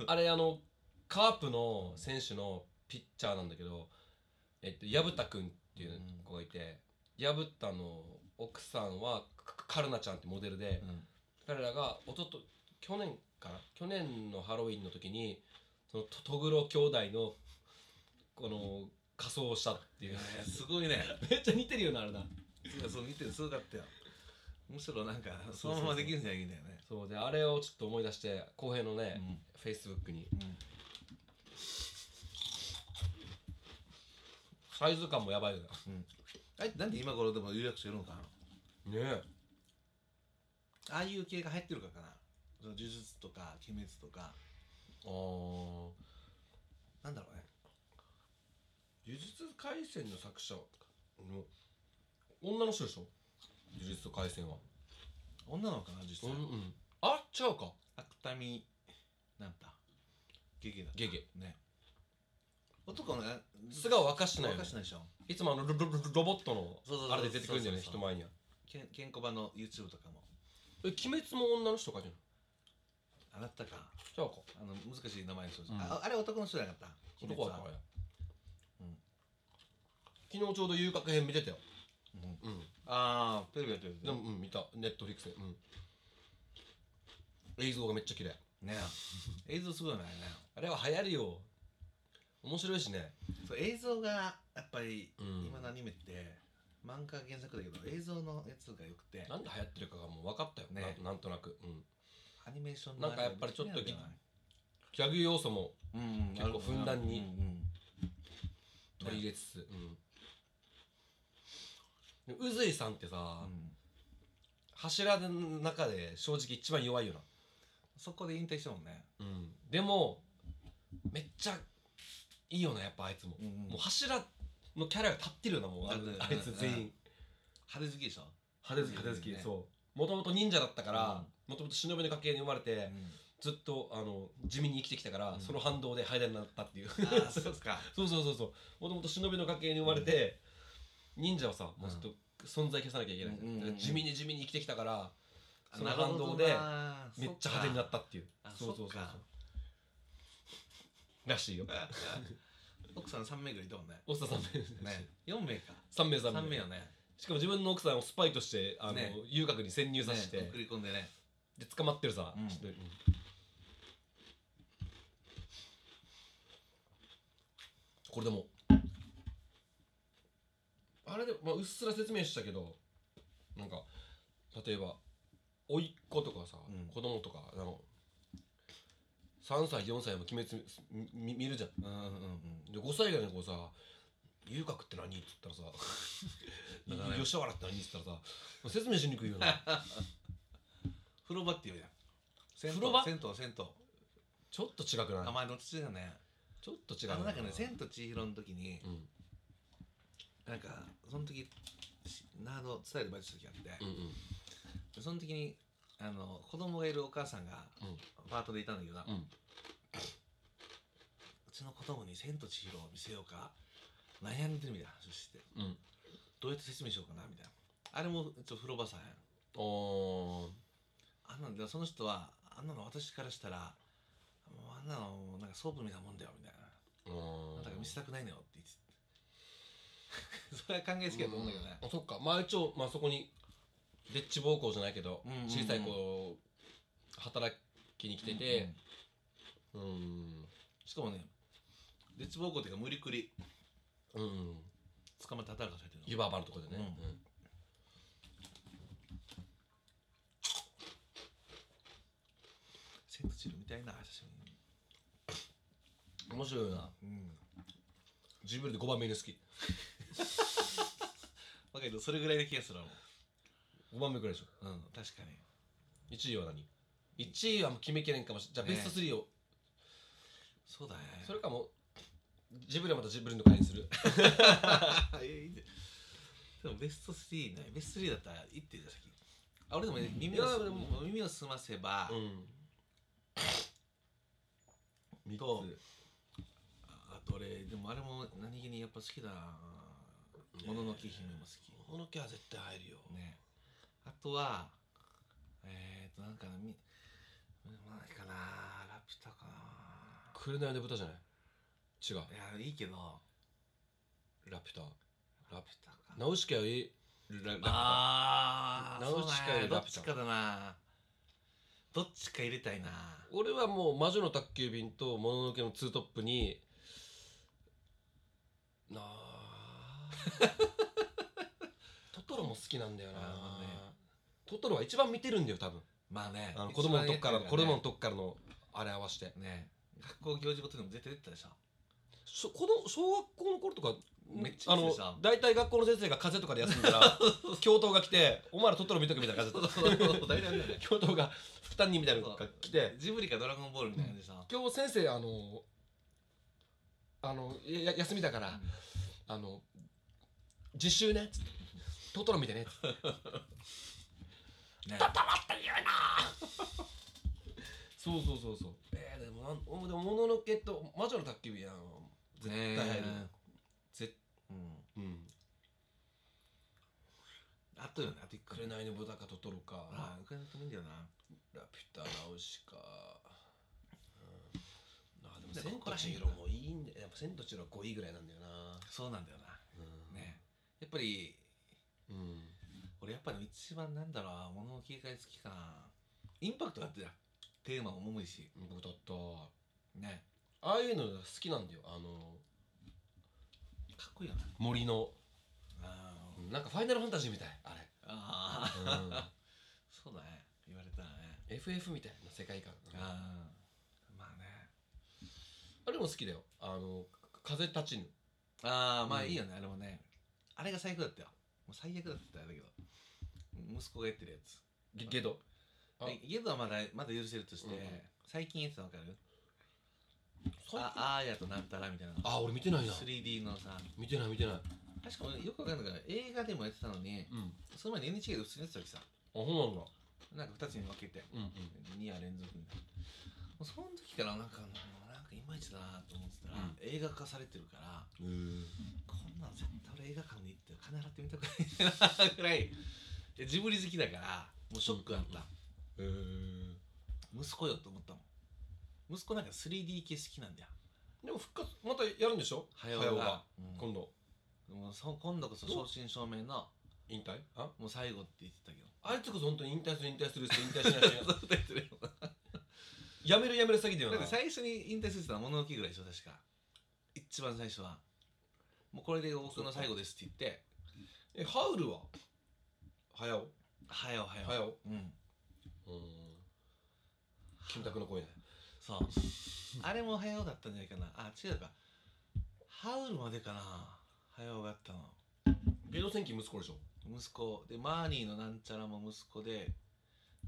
S6: あれあのカープの選手のピッチャーなんだけどえっと薮田君っていう子がいて薮田の奥さんはかカルナちゃんってモデルで、
S7: うん
S6: 彼らがおとと去年かな去年のハロウィンの時にそのトトグロ兄弟のこの仮装をしたっていう
S7: すごいね
S6: めっちゃ似てるよなあれな
S7: そう見てるすごかったよむしろなんか
S6: う
S7: そのままできるんじゃないんだよね
S6: そうであれをちょっと思い出して浩平のね、
S7: うん
S6: フェイスブックにサイズ感もやばいよ
S7: あいつなんで今頃でも有楽書いるのかな
S6: なね
S7: ああいう系が入ってるからかなその呪術とか鬼滅と
S6: あ
S7: か
S6: 呪
S7: なんだろうね
S6: 術廻戦の作者の女の人でしょ呪術廻戦は
S7: 女の子かな実
S6: うんう
S7: 際
S6: んあ違うか
S7: 芥見なんだゲゲだ
S6: ゲゲ
S7: ね男のが
S6: 素顔明かしてないよ
S7: 明
S6: ね
S7: かしてないでしょ
S6: いつもあのロロロロボットの
S7: そうそうそ
S6: あ
S7: う
S6: れで出てくるんだよね
S7: そうそうそう
S6: 人前には
S7: けんケンコバの YouTube とかも
S6: え鬼滅も女の人かじゃん
S7: あなったか
S6: じゃあか
S7: あの難しい名前の人、
S6: うん
S7: ああれ男の人じゃなかった
S6: 男はか
S7: 鬼滅
S6: や
S7: うん
S6: 昨日ちょうど遊郭編見てたよ
S7: うん
S6: うん
S7: ああ、テレビやってるやつ
S6: でもうん見たネットフリックスでうん映像がめっちゃ綺麗
S7: ねえ映像すごいよね。
S6: あれは流行るよ面白いしね
S7: そう映像がやっぱり、
S6: うん
S7: 今のアニメって漫画原作だけど映像のやつが良くて
S6: なんで流行ってるかがもう分かったよ、
S7: ね
S6: ななんとなく、うん、
S7: アニメーション
S6: なんかやっぱりちょっと
S7: き
S6: ぎギャグ要素も
S7: うん
S6: 結構ふんだんに
S7: うんうん
S6: 取り入れつつ、うんで宇髄さんって
S7: う
S6: さ、
S7: ん
S6: 柱の中で正直一番弱いよな、
S7: そこで引退したもんね
S6: うん、でもめっちゃいいよなやっぱあいつも、
S7: うんうん
S6: もう柱のキャラが立ってるよなもうあ,、
S7: うんうん
S6: あいつ全員
S7: 派手好きでしょ
S6: 派手好き派手
S7: 派手好
S6: 好
S7: き
S6: き、そうもともと忍者だったから
S7: う
S6: もともと忍びの家系に生まれて、 *laughs* ずっとあの地味に生きてきたから、
S7: うん
S6: その反動で灰谷になったっていう
S7: ああそうっすか
S6: *laughs* そうそうそうそうもともと忍びの家系に生まれて、忍者はさもうずっと存在消さなきゃいけない、
S7: うんうんうん
S6: だから地味に地味に生きてきたから
S7: あ
S6: その反動で
S7: なるほどな
S6: めっちゃ派手にな
S7: そっか
S6: ったっていうそ
S7: あ
S6: うそうそう
S7: そっから
S6: しいよ
S7: *laughs* 奥さん3名ぐらいいたもんね
S6: おっさん3名、
S7: ね4名か
S6: 三名三名
S7: 3名よね
S6: しかも自分の奥さんをスパイとしてあの、
S7: ね
S6: 遊郭に潜入させて、
S7: ね送り込んでね
S6: で捕まってるさ、
S7: うん
S6: ちょっとうんこれでもあれで、まあ、うっすら説明したけどなんか例えば甥っ子とかさ、
S7: うん
S6: 子供とかあの3歳4歳も鬼滅みみ見るじゃん
S7: うんうんうん
S6: で5歳ぐらいの子さ「遊郭って何?」って言
S7: *laughs*
S6: ったらさ「
S7: だからね
S6: 吉原って何?」って言ったらさ説明しにくいよな
S7: *laughs* 風呂場って言うやん銭湯
S6: 風呂場
S7: 銭湯銭湯
S6: ちょっと違く
S7: 名
S6: ない
S7: 前の父だね
S6: ちょっと違う
S7: あ
S6: よ
S7: のなんかね「千と千尋」の時に
S6: うん
S7: なんかその時しナード伝えるバイトした時あって
S6: うんうん
S7: でその時にあの子供がいるお母さんが
S6: うん
S7: パートでいたんだけどな
S6: うん
S7: うちの子供に「千と千尋」を見せようか悩んでるみたいな話をしてて
S6: うん
S7: どうやって説明しようかなみたいなあれもちょ風呂場さんやん
S6: おー
S7: あんなのでその人はあんなの私からしたらもうあんなのなんかソープみたいなもんだよみたいな
S6: おー
S7: なんだか見せたくないのよって *laughs* 言っててそれは考えつけだと思うんだけどね、
S6: あそっかまあ一応、まあ、そこにでっち奉公じゃないけど、
S7: うんうんうん
S6: 小さい子働きに来ててうん
S7: しかもね絶望校っていうか無理くり
S6: うん、うん、
S7: 捕まって働かされてるの
S6: 湯婆婆のとこでね、
S7: うん
S6: うん
S7: 千と千尋みたいな写真
S6: 面白いよな
S7: うん
S6: ジブリで5番目に好き
S7: だけどそれぐらいの気がするもん
S6: 5番目くらいでしょ
S7: うん確かに
S6: 1位は何 ?1 位はもう決めきれんかもしれないじゃあベスト3を、
S7: そうだね
S6: それかもうジブリはまたジブリの回にする
S7: あ *laughs* いやいいねでもベスト3ねベスト3だったらいってじゃあ先あ俺でもね耳を
S6: いや
S7: す
S6: でも
S7: 耳を澄ませば、
S6: うん3
S7: とあと俺でもあれも何気にやっぱ好きだなもののけ姫も好き
S6: このキャは絶対入るよ
S7: ねあとはえー、となんかみないかなラピュタか
S6: 紅の豚じゃない違う
S7: ないやいいけど
S6: ラピュタ
S7: ラピュタか
S6: ナウシカよりララピュタ
S7: あー
S6: ナウシカより
S7: そうね
S6: ラ
S7: どっ
S6: ピュ
S7: ち
S6: タ
S7: かだなどっちか入れたいな
S6: 俺はもう魔女の宅急便ともののけのツートップにな
S7: *laughs*
S6: あトトロも好きなんだよな
S7: あーね
S6: トトロは一番見てるんだよ多分
S7: まあね
S6: あの子供のとこからの子供
S7: 一番や
S6: の
S7: って
S6: とこからのあれ合わせて
S7: るからねね学校行事ごとでも絶対出てたでしょ
S6: しょ子供小学校の頃とか
S7: めっちゃ
S6: あ
S7: 見て
S6: の
S7: たじゃん
S6: 大体学校の先生が風邪とかで休んだ *laughs* ら教頭が来て「お前らトトロ見とけ」みたいな感じだった
S7: そうそうそう大体ある
S6: *laughs*
S7: よね
S6: 教頭が負担人みたいなのが来て
S7: *laughs* ジブリかドラゴンボールみたいな感じでさ、
S6: 今日先生あのあのやや休みだから、あの実習ねっつってトトロ見てねっつって
S7: ね
S6: そうそうそうそうえー、でもなんおでももののけと魔女の宅急便やん絶対入る、
S7: ね
S6: 絶
S7: うん
S6: うん
S7: あとよねあと一個ね
S6: 紅の豚かトトロか
S7: ああ、ウクライナともいいんだよな。
S6: ラピュタナウシカ、うん、あでも
S7: で
S6: 千
S7: こことら
S6: 千
S7: 辺
S6: 尋もいいんだよやっぱ千と千尋は5位ぐらいなんだよな、
S7: そうなんだよな。
S6: うん
S7: ね。やっぱり、
S6: うん
S7: 俺やっぱり一番なんだろうな物の切り替え好きかなインパクトあってたテーマも重いし
S6: 僕だった
S7: ね
S6: ああいうのが好きなんだよあの
S7: かっこいいよな
S6: 森の
S7: あ
S6: うんなんかファイナルファンタジーみたいあ
S7: あ
S6: れ、
S7: ーそうだね言われたらね *laughs*
S6: うん、FF みたいな世界観あ
S7: ああまあね
S6: あれも好きだよあの風立ちぬ
S7: ああまあ
S6: うん
S7: いいよね、あれもねあれが最悪だったよもう最悪だったんだけど息子がやってるやつ
S6: ゲゲドあ
S7: えゲドはまだまだ許せるとして、
S6: うんうん
S7: 最近やってたのわかる
S6: 最近
S7: ああーやとなんたらみたいな
S6: あ俺見てないな
S7: 3D のさ
S6: 見てない見てない
S7: 確か俺よくわかんないから映画でもやってたのに
S6: うんあ
S7: その前に NHK で普通にやってた時さ
S6: そうなんだ
S7: なんか2つに分けて
S6: うんうん
S7: 2夜連続みたいなもうその時からなんかもうなんかいまいちだなと思ってたら、
S6: うん
S7: 映画化されてるから
S6: うん
S7: こんなん絶対俺映画館に行って金払ってみたくないなぐらいえジブリ好きだからもうショックだった、
S6: えー
S7: 息子よと思ったもん息子なんか 3D 系好きなんだよ
S6: でも復活またやるんでしょ
S7: 早尾
S6: 早尾
S7: が
S6: が、
S7: 今
S6: 今度
S7: もうそ今度こそ正真正銘の
S6: 引退あ
S7: もう最後って言って
S6: *laughs*
S7: たけど
S6: あいつこそ本当に引退する引退するって引退しないしない
S7: そうだよね *laughs*
S6: やめるやめる詐欺だよ
S7: だっ
S6: な
S7: て最初に引退してたのは物置ぐらいでしょ確か一番最初はもうこれで僕の最後ですって言って
S6: えハウルは早尾
S7: 早お早お
S6: 早尾
S7: うん
S6: うんキムタクの声ね
S7: そうあれも早おだったんじゃないかなあ違うかハウルまでかな早おがあったの
S6: ゲド戦記息子でしょ
S7: 息子でマーニーのなんちゃらも息子で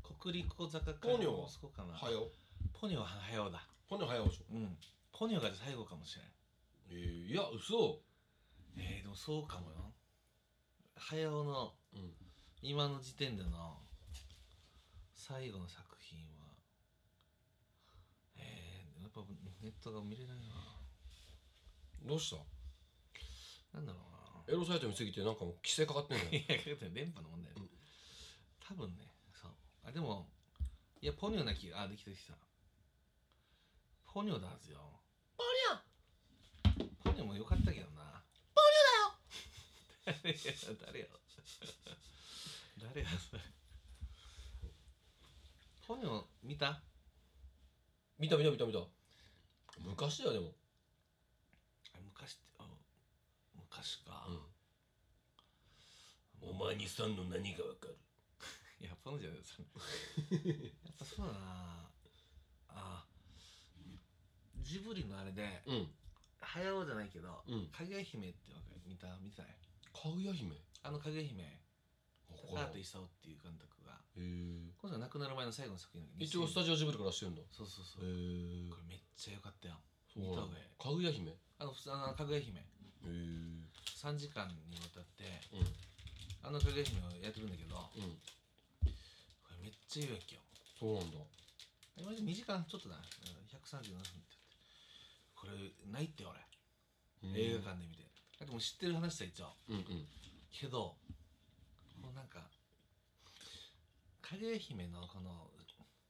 S7: 国立小坂か
S6: ポニョは
S7: 息子かな
S6: 早尾
S7: ポニョは早おだ
S6: 骨早尾でしょ
S7: うんポニョが最後かもしれない
S6: えー、いや嘘
S7: えー、でもそうかもよ早尾の
S6: うん
S7: 今の時点での最後の作品はえー、やっぱネットが見れないな
S6: どうした
S7: なんだろ
S6: エロサイト見すぎてなんかもう規制かかってんの
S7: *laughs* うな
S6: よ
S7: いやけど電波の問題だよ多分ねそうあでもいやポニョな気があできたできたポニョだはずよポニョポニョも良かったけどなポニョだよ *laughs* 誰や誰や誰やそれポニョ見た
S6: 見た見た見た見た昔だよでも
S7: あ昔ってあ昔か、
S6: お前にさんの何がわかる
S7: *laughs* いやポニョじゃない
S6: *laughs*
S7: それやっぱそうだなあジブリのあれで
S6: うん
S7: 早尾じゃないけど
S6: うん
S7: かぐや姫ってわかる見た見てない
S6: かぐや姫
S7: あのかぐや姫高
S6: わからん
S7: 畑勲っていう監督が
S6: へー
S7: 今度は亡くなる前の最後の作品だけど
S6: 一応スタジオジブリからしてるんだへ
S7: そうそうそう、
S6: え
S7: これめっちゃ良かったよ
S6: そう
S7: 見
S6: な
S7: た
S6: んだ
S7: 方がいい
S6: かぐや姫へ
S7: あの普通あのかぐや姫
S6: えうん
S7: 3時間にわたってあのかぐや姫をやってるんだけどこ
S6: うん
S7: れめっちゃいいわけよ
S6: そうなんだ
S7: 今2時間ちょっとだうん137分って言ってこれないって俺、映画館で見てだってもう知ってる話さ一応
S6: うんうん
S7: けどもうなんかかぐや姫のこの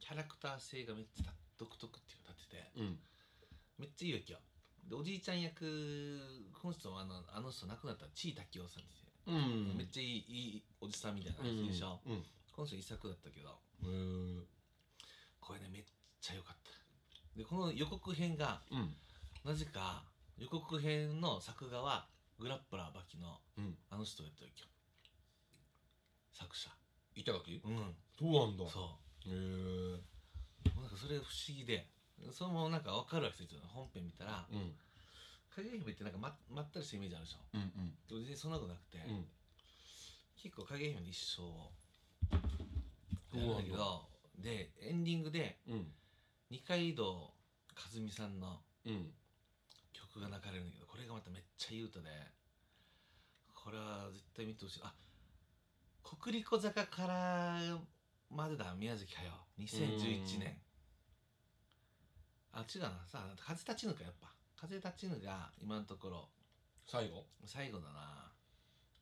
S7: キャラクター性がめっちゃ独特っていうの立ってて
S6: うん
S7: めっちゃいいわけよでおじいちゃん役この人はあのあの人亡くなった地井滝夫さんって言
S6: うん
S7: って、めっちゃいいいいおじさんみたいな
S6: うん
S7: 感じでしょ、
S6: うん
S7: この人一作だったけど
S6: へー
S7: これねめっちゃ良かったでこの予告編が
S6: うん
S7: なぜか予告編の作画はグラップラーバキの
S6: うん
S7: あの人がやってるわけよ作者
S6: 板垣
S7: うん
S6: そうなんだ
S7: そう
S6: へえ
S7: もうなんかそれが不思議でそのままなんか分かるわけですよ本編見たら
S6: うんうん
S7: 影姫ってなんかままったりしたイメージあるでしょ
S6: うん
S7: でも全然そんなことなくて、
S6: うん
S7: 結構影姫の一生を
S6: そう
S7: や
S6: なんだ
S7: るんだけどでエンディングで
S6: うん
S7: 二階堂和美さんの
S6: うん
S7: 曲が流れるんだけどこれがまためっちゃいい歌でこれは絶対見てほしいあ国立小坂からまでだ宮崎駿2011年あ違うなさあ風立ちぬかやっぱ風立ちぬが今のところ
S6: 最後最
S7: 最後だな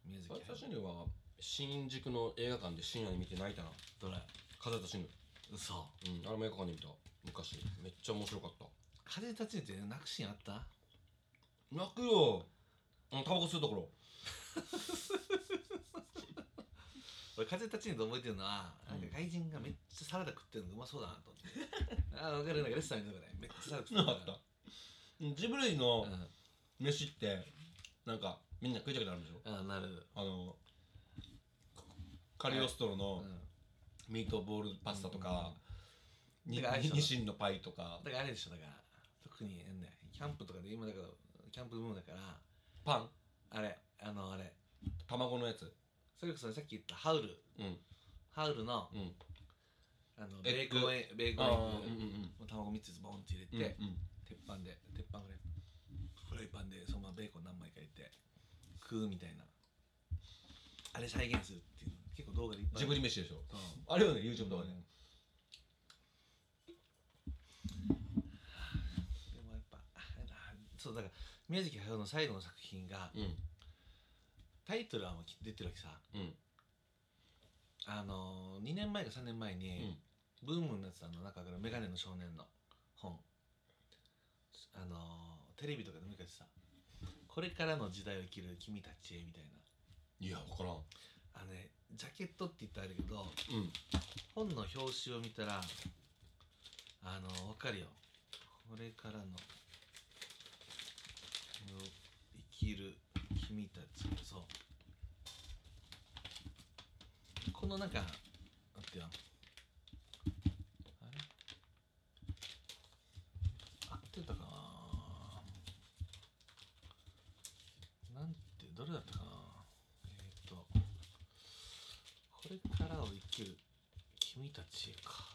S7: 宮崎
S6: 最初
S7: 駿
S6: には新宿の映画館で深夜に見て泣いたな
S7: どれ
S6: 風立ちぬ
S7: 嘘
S6: うんあれも映画館で見た昔めっちゃ面白かった
S7: 風立ちぬって泣くシーンあった
S6: 泣くようんタバコ吸うところ
S7: 俺風たちにと覚えてるのは、なんか外人がめっちゃサラダ食ってるのうまそうだなと思って。ああ、分かるなんかレストランとかでめっちゃサラダ食って
S6: な
S7: る
S6: かったジブリ *laughs* の
S7: うん
S6: 飯ってなんかみんな食いたくなるんでしょ
S7: ああ、なる。
S6: あのカリオストロ
S7: う
S6: の
S7: ん
S6: ミートボールパスタとか、に
S7: だからあれでしょ
S6: ニシンのパイとか
S7: だからあれでしょだから特にねキャンプとかで今だからキャンプブームだから
S6: パン
S7: あれあのあれ
S6: 卵のやつ
S7: それこそさっき言ったハウル
S6: うん
S7: ハウルの
S6: うん
S7: あの
S6: エ
S7: ベ
S6: ッ
S7: ー
S6: グ
S7: コンエベーコンエ
S6: あーうん
S7: ッ
S6: う
S7: グ
S6: ん
S7: もう卵3つボンって入
S6: う
S7: れ
S6: ん
S7: て、
S6: うん
S7: 鉄板で鉄板ぐらいフライパンでそのままベーコン何枚か入れて食うみたいなあれ再現するっていうの結構動画でいっぱい
S6: ジブリ飯でしょ
S7: うん
S6: あれよね YouTube とかで、
S7: でもやっぱあれだそうだから宮崎駿の最後の作品が
S6: うん
S7: タイトルはもう出てるわけさ
S6: うん
S7: あの2年前か3年前に、ブームになってたの中から「メガネの少年」の本あのテレビとかで見かけてさこれからの時代を生きる君たちへみたいない
S6: や分からん
S7: あのねジャケットって言ったらあれだけど
S6: うん
S7: 本の表紙を見たらあのわかるよこれからのうん生きる君たちそうこのなんか待ってよあれ合ってたかななんてどれだったかなえーっ、とこれからを生きる君たちへか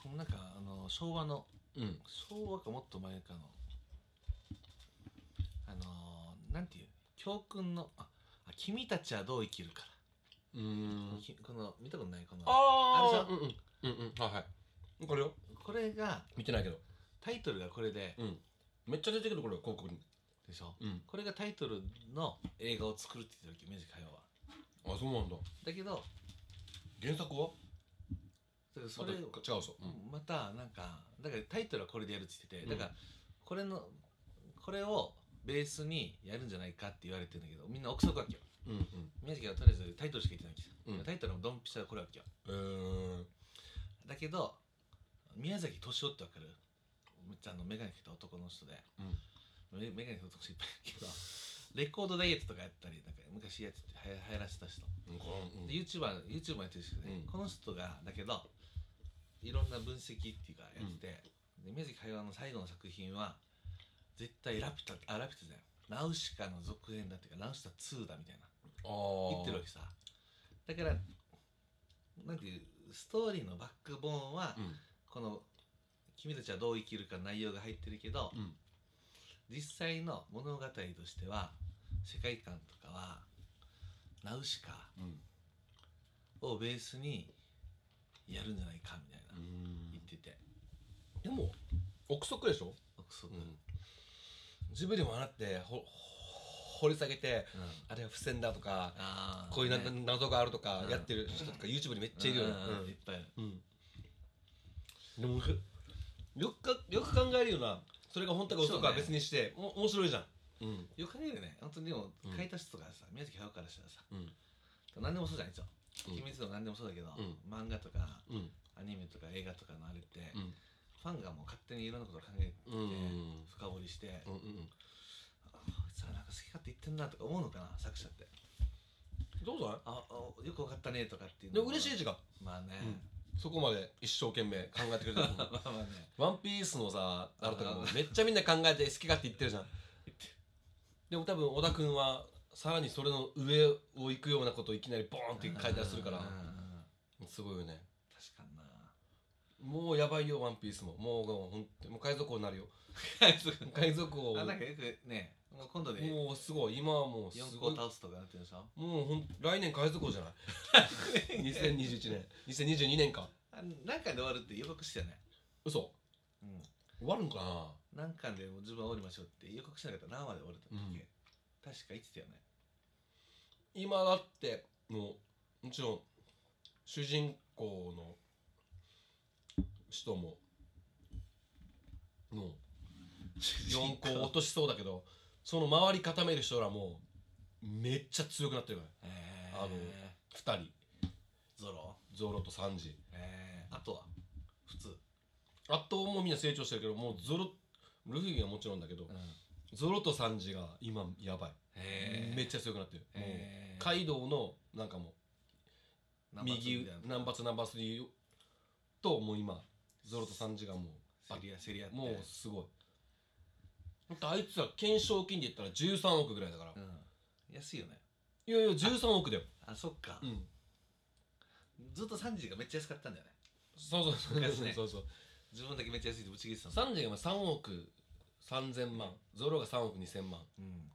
S7: このなんかあの昭和の
S6: うん
S7: 昭和かもっと前かのあのーなんていう教訓のああ君たちはどう生きるか
S6: う
S7: ら、
S6: ん
S7: きこの見たことないこの
S6: あ
S7: あ
S6: あうんうんうんうんはいはいこれよ
S7: これが
S6: 見てないけど
S7: タイトルがこれで、
S6: うんめっちゃ出てくるこれ広告に
S7: でしょ
S6: うん
S7: これがタイトルの映画を作るって言ってるわけミュージカルは
S6: あそうなんだ
S7: だけど
S6: 原作は
S7: だからそ
S6: ま
S7: れ
S6: た違
S7: を
S6: うでしょうん
S7: またなんかだからタイトルはこれでやるって言って
S6: うん
S7: てだからこれのこれをベースにやるんじゃないかって言われてるんだけどみんな憶測わけよ
S6: うんうん
S7: 宮崎はとりあえずタイトルしか言ってないわけさ、
S6: うん
S7: タイトルもドンピシャでこれわけよ
S6: えー
S7: だけど宮崎敏夫ってわかるめっちゃあの眼鏡かけた男の人で、メメガネかけた男の人いっぱいいるけどレコードダイエットとかやったりなんか昔やっててはや流行らせた人
S6: うんこれうん
S7: で YouTuber, YouTuber やってる人で、
S6: うん
S7: この人がだけどいろんな分析っていうかやってて、で宮崎駿の最後の作品は絶対ラピュタあラピュタじゃないナウシカの続編だっていうかナウシカ2だみたいな
S6: ああ
S7: 言ってるわけさだからなんていうストーリーのバックボーンは、
S6: うん
S7: この「君たちはどう生きるか」内容が入ってるけど、
S6: うん
S7: 実際の物語としては世界観とかはナウシカ
S6: うん
S7: をベースにやるんじゃないかみたいな、
S6: うん
S7: 言ってて
S6: でも憶測でしょ
S7: 憶測
S6: ジブリもああなってほほ掘り下げて
S7: うん
S6: あれは付箋だとか
S7: あー
S6: こういうな
S7: ね
S6: 謎があるとか
S7: うん
S6: やってる人とか YouTube にめっちゃいるよね
S7: うんいっぱいいる
S6: うんでもよくかよく考えるよなそれが本当か嘘かは別にしてお面白いじゃんうん
S7: よく考えるよね本当にでも
S6: うん
S7: 書いた人とかさ宮崎駿からしたらさ
S6: うん
S7: 何でもそうじゃないですよ
S6: うん
S7: 秘密とか何でもそうだけど、
S6: うん
S7: 漫画とか
S6: うん
S7: アニメとか映画とかのあれって、
S6: うん
S7: ファンがもう勝手にいろんなことを考えて
S6: うん
S7: 深掘りして、
S6: うんうん
S7: あこいつらなんか好き勝手言ってんなとか思うのかな作者って
S6: どうだ
S7: ああよくわかったねとかっていう
S6: で
S7: の
S6: も
S7: も
S6: 嬉しい時間
S7: まあね、
S6: そこまで一生懸命考えてくれ *laughs* たの
S7: まあまあね
S6: ワンピースのさあれとかもめっちゃみんな考えて好き勝手言ってるじゃんでも多分小田君はさらにそれの上を行くようなことをいきなりボーンって書いたりするから
S7: うんうんうん
S6: すごいよね
S7: 確かにな
S6: もうやばいよワンピースももうもうほんともう海賊王になるよ海賊王
S7: あなんかよくねもう今度で
S6: もうすごい今はもうす
S7: 4
S6: ご
S7: 個
S6: い
S7: 倒すとかなってるでしょ
S6: もうほん来年海賊王じゃない
S7: *laughs*
S6: 2021年2022年か
S7: あ何回で終わるって予告してたよね
S6: 嘘
S7: うん
S6: 終わるんかな
S7: 何巻でも自分は終わりましょうって予告しなかったら何話で終わるって言ったっけ、確か言ってたよね
S6: 今だってもうもちろん主人公の人ももう4個落としそうだけどその周り固める人らもめっちゃ強くなってるから
S7: え
S6: あの2人
S7: ゾロ
S6: ゾロとサンジ
S7: えー、あとは普通、
S6: あともうみんな成長してるけどもうゾロルフィはもちろんだけどゾロとサンジが今やばい、
S7: えー、
S6: めっち
S7: ゃ
S6: ゃ強くなってる、もう
S7: えー、
S6: カイドウのなんかもう右ナンバ
S7: ー
S6: ーツーナンバースリーともう今ゾロとサンジがも
S7: セリアセリア
S6: うもうすごいだってあいつは懸賞金で言ったら13億ぐらいだから、
S7: うん、安いよね
S6: いやいや13億だよ
S7: あそっか、
S6: うん
S7: ずっとサンジがめっちゃ安かったんだよね
S6: そうそうそう
S7: 昔ね
S6: そうそう
S7: 自分だけめっちゃ安いってぶち切れてたんだ、
S6: サンジが今3億3000万ゾロが3億2000万
S7: うん、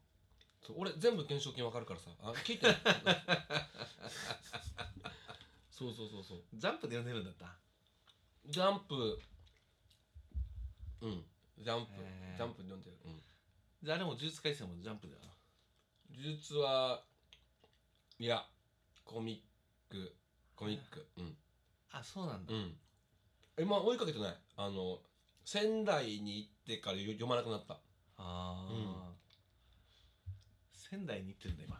S6: そう俺全部懸賞金わかるからさあ聞いてそうそうそうそう
S7: ジャンプで呼んでるんだった
S6: ジャンプうんジャンプ
S7: へー
S6: ジャンプで読んでる、うん、
S7: じゃああれも呪術廻戦もジャンプだよな
S6: 呪術はいやコミックコミックうん
S7: あそうなんだ、
S6: うん今追いかけてないあの仙台に行ってからよ読まなくなった
S7: ああ、仙台に行ってるんだ今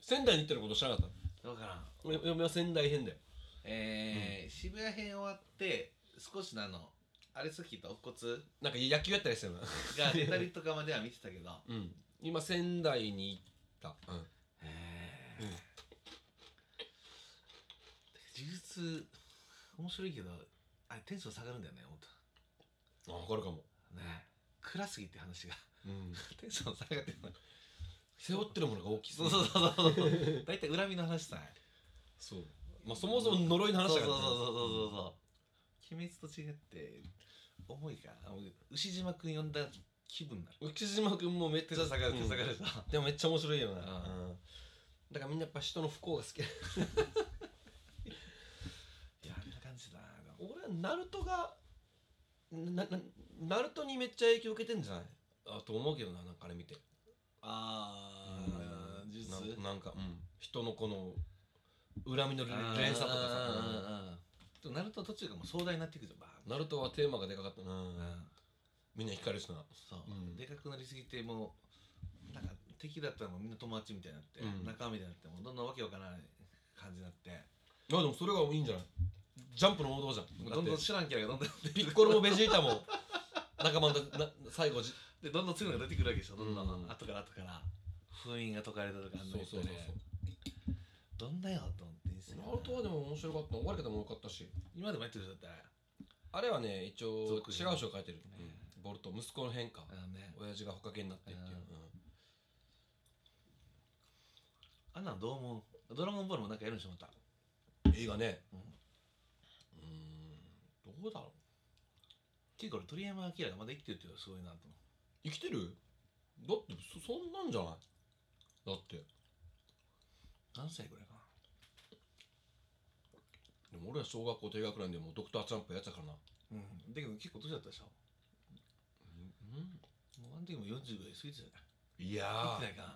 S6: 仙台に行ってること知らなかった
S7: 分からん
S6: 俺嫁は仙台編だよ
S7: えー渋谷編終わって少しのあのあれ好きとお骨
S6: なんか野球やったりしてるな
S7: が出たりとかまでは見てたけど *laughs*
S6: うん今仙台に行ったうん
S7: え
S6: うん
S7: 呪術面白いけどあれテンション下がるんだよねほんと
S6: あ分かるかも
S7: ね暗すぎって話が
S6: うん
S7: *laughs* テンション下がってる
S6: 背負ってるものが大きすぎ
S7: そう
S6: る
S7: そうそうそう *laughs* そう大体恨みの話さ
S6: そうまあそもそも呪いの話
S7: そう
S6: だ
S7: そう
S6: か
S7: そ
S6: ら
S7: う
S6: ね
S7: そうそうそう鬼滅と違って重いからもう牛島くん呼んだ気分になる
S6: 浮島君もめっち
S7: テ
S6: ゃ
S7: ンション下がるテンション下が
S6: う
S7: る
S6: ん
S7: さ
S6: でもめっちゃ面白いよな、
S7: うん
S6: うんだからみんなやっぱ人の不幸が好き
S7: いやあんな感じだなでも
S6: 俺はナルトがななナルトにめっちゃ影響受けてんじゃないあと思うけどななんかあれ見て
S7: あ
S6: う
S7: ー
S6: ん
S7: 術
S6: ななんか、うん、人のこの恨みの連連鎖とかさ
S7: さなると途中がもう壮大になっていくじゃんバーン
S6: ナルトはテーマがでかかったな、
S7: うん
S6: みんな光るしな
S7: そう、
S6: うん
S7: でかくなりすぎてもうなんか敵だったらもうみんな友達みたいになって、
S6: うん
S7: 仲間みたいになってもうどんどんわけわからない感じになって
S6: いやでもそれがいいんじゃないジャンプの王道じゃんだ
S7: どんど
S6: っ
S7: ん
S6: て
S7: 知らんキャラがどんどん
S6: ピッコロもベジータも仲間だな最後じ
S7: でどんどん強いのが出てくるわけでしょどんどん、
S6: うん
S7: 後から後から封印が解かれたとかあん
S6: そう
S7: なんやった
S6: そうそ
S7: ね
S6: うそ
S7: どんなよと思っていいっすよ
S6: うナルトはでも面白かった終わり方も多かったし
S7: 今でもやってる人だったら
S6: あれはね一応違う
S7: 続編
S6: 章書いてる、
S7: ね
S6: うんボルト息子の変化
S7: あのね
S6: 親父がほかけになってっていう、
S7: あんなんどう思うドラゴンボールもなんかやるんでしょまた
S6: うん映画ね
S7: うん
S6: うーんどうだろう
S7: 結構俺鳥山明がまだ生きてるっていうのはすごいなと思
S6: 生きてるだってそそんなんじゃないだって
S7: う何歳ぐらいかな
S6: でも俺は小学校低学年でもうドクターチャンプやってたからな
S7: うんだけど結構年だったでしょもうあの時も40ぐらい過ぎてたじ
S6: い
S7: ゃない
S6: や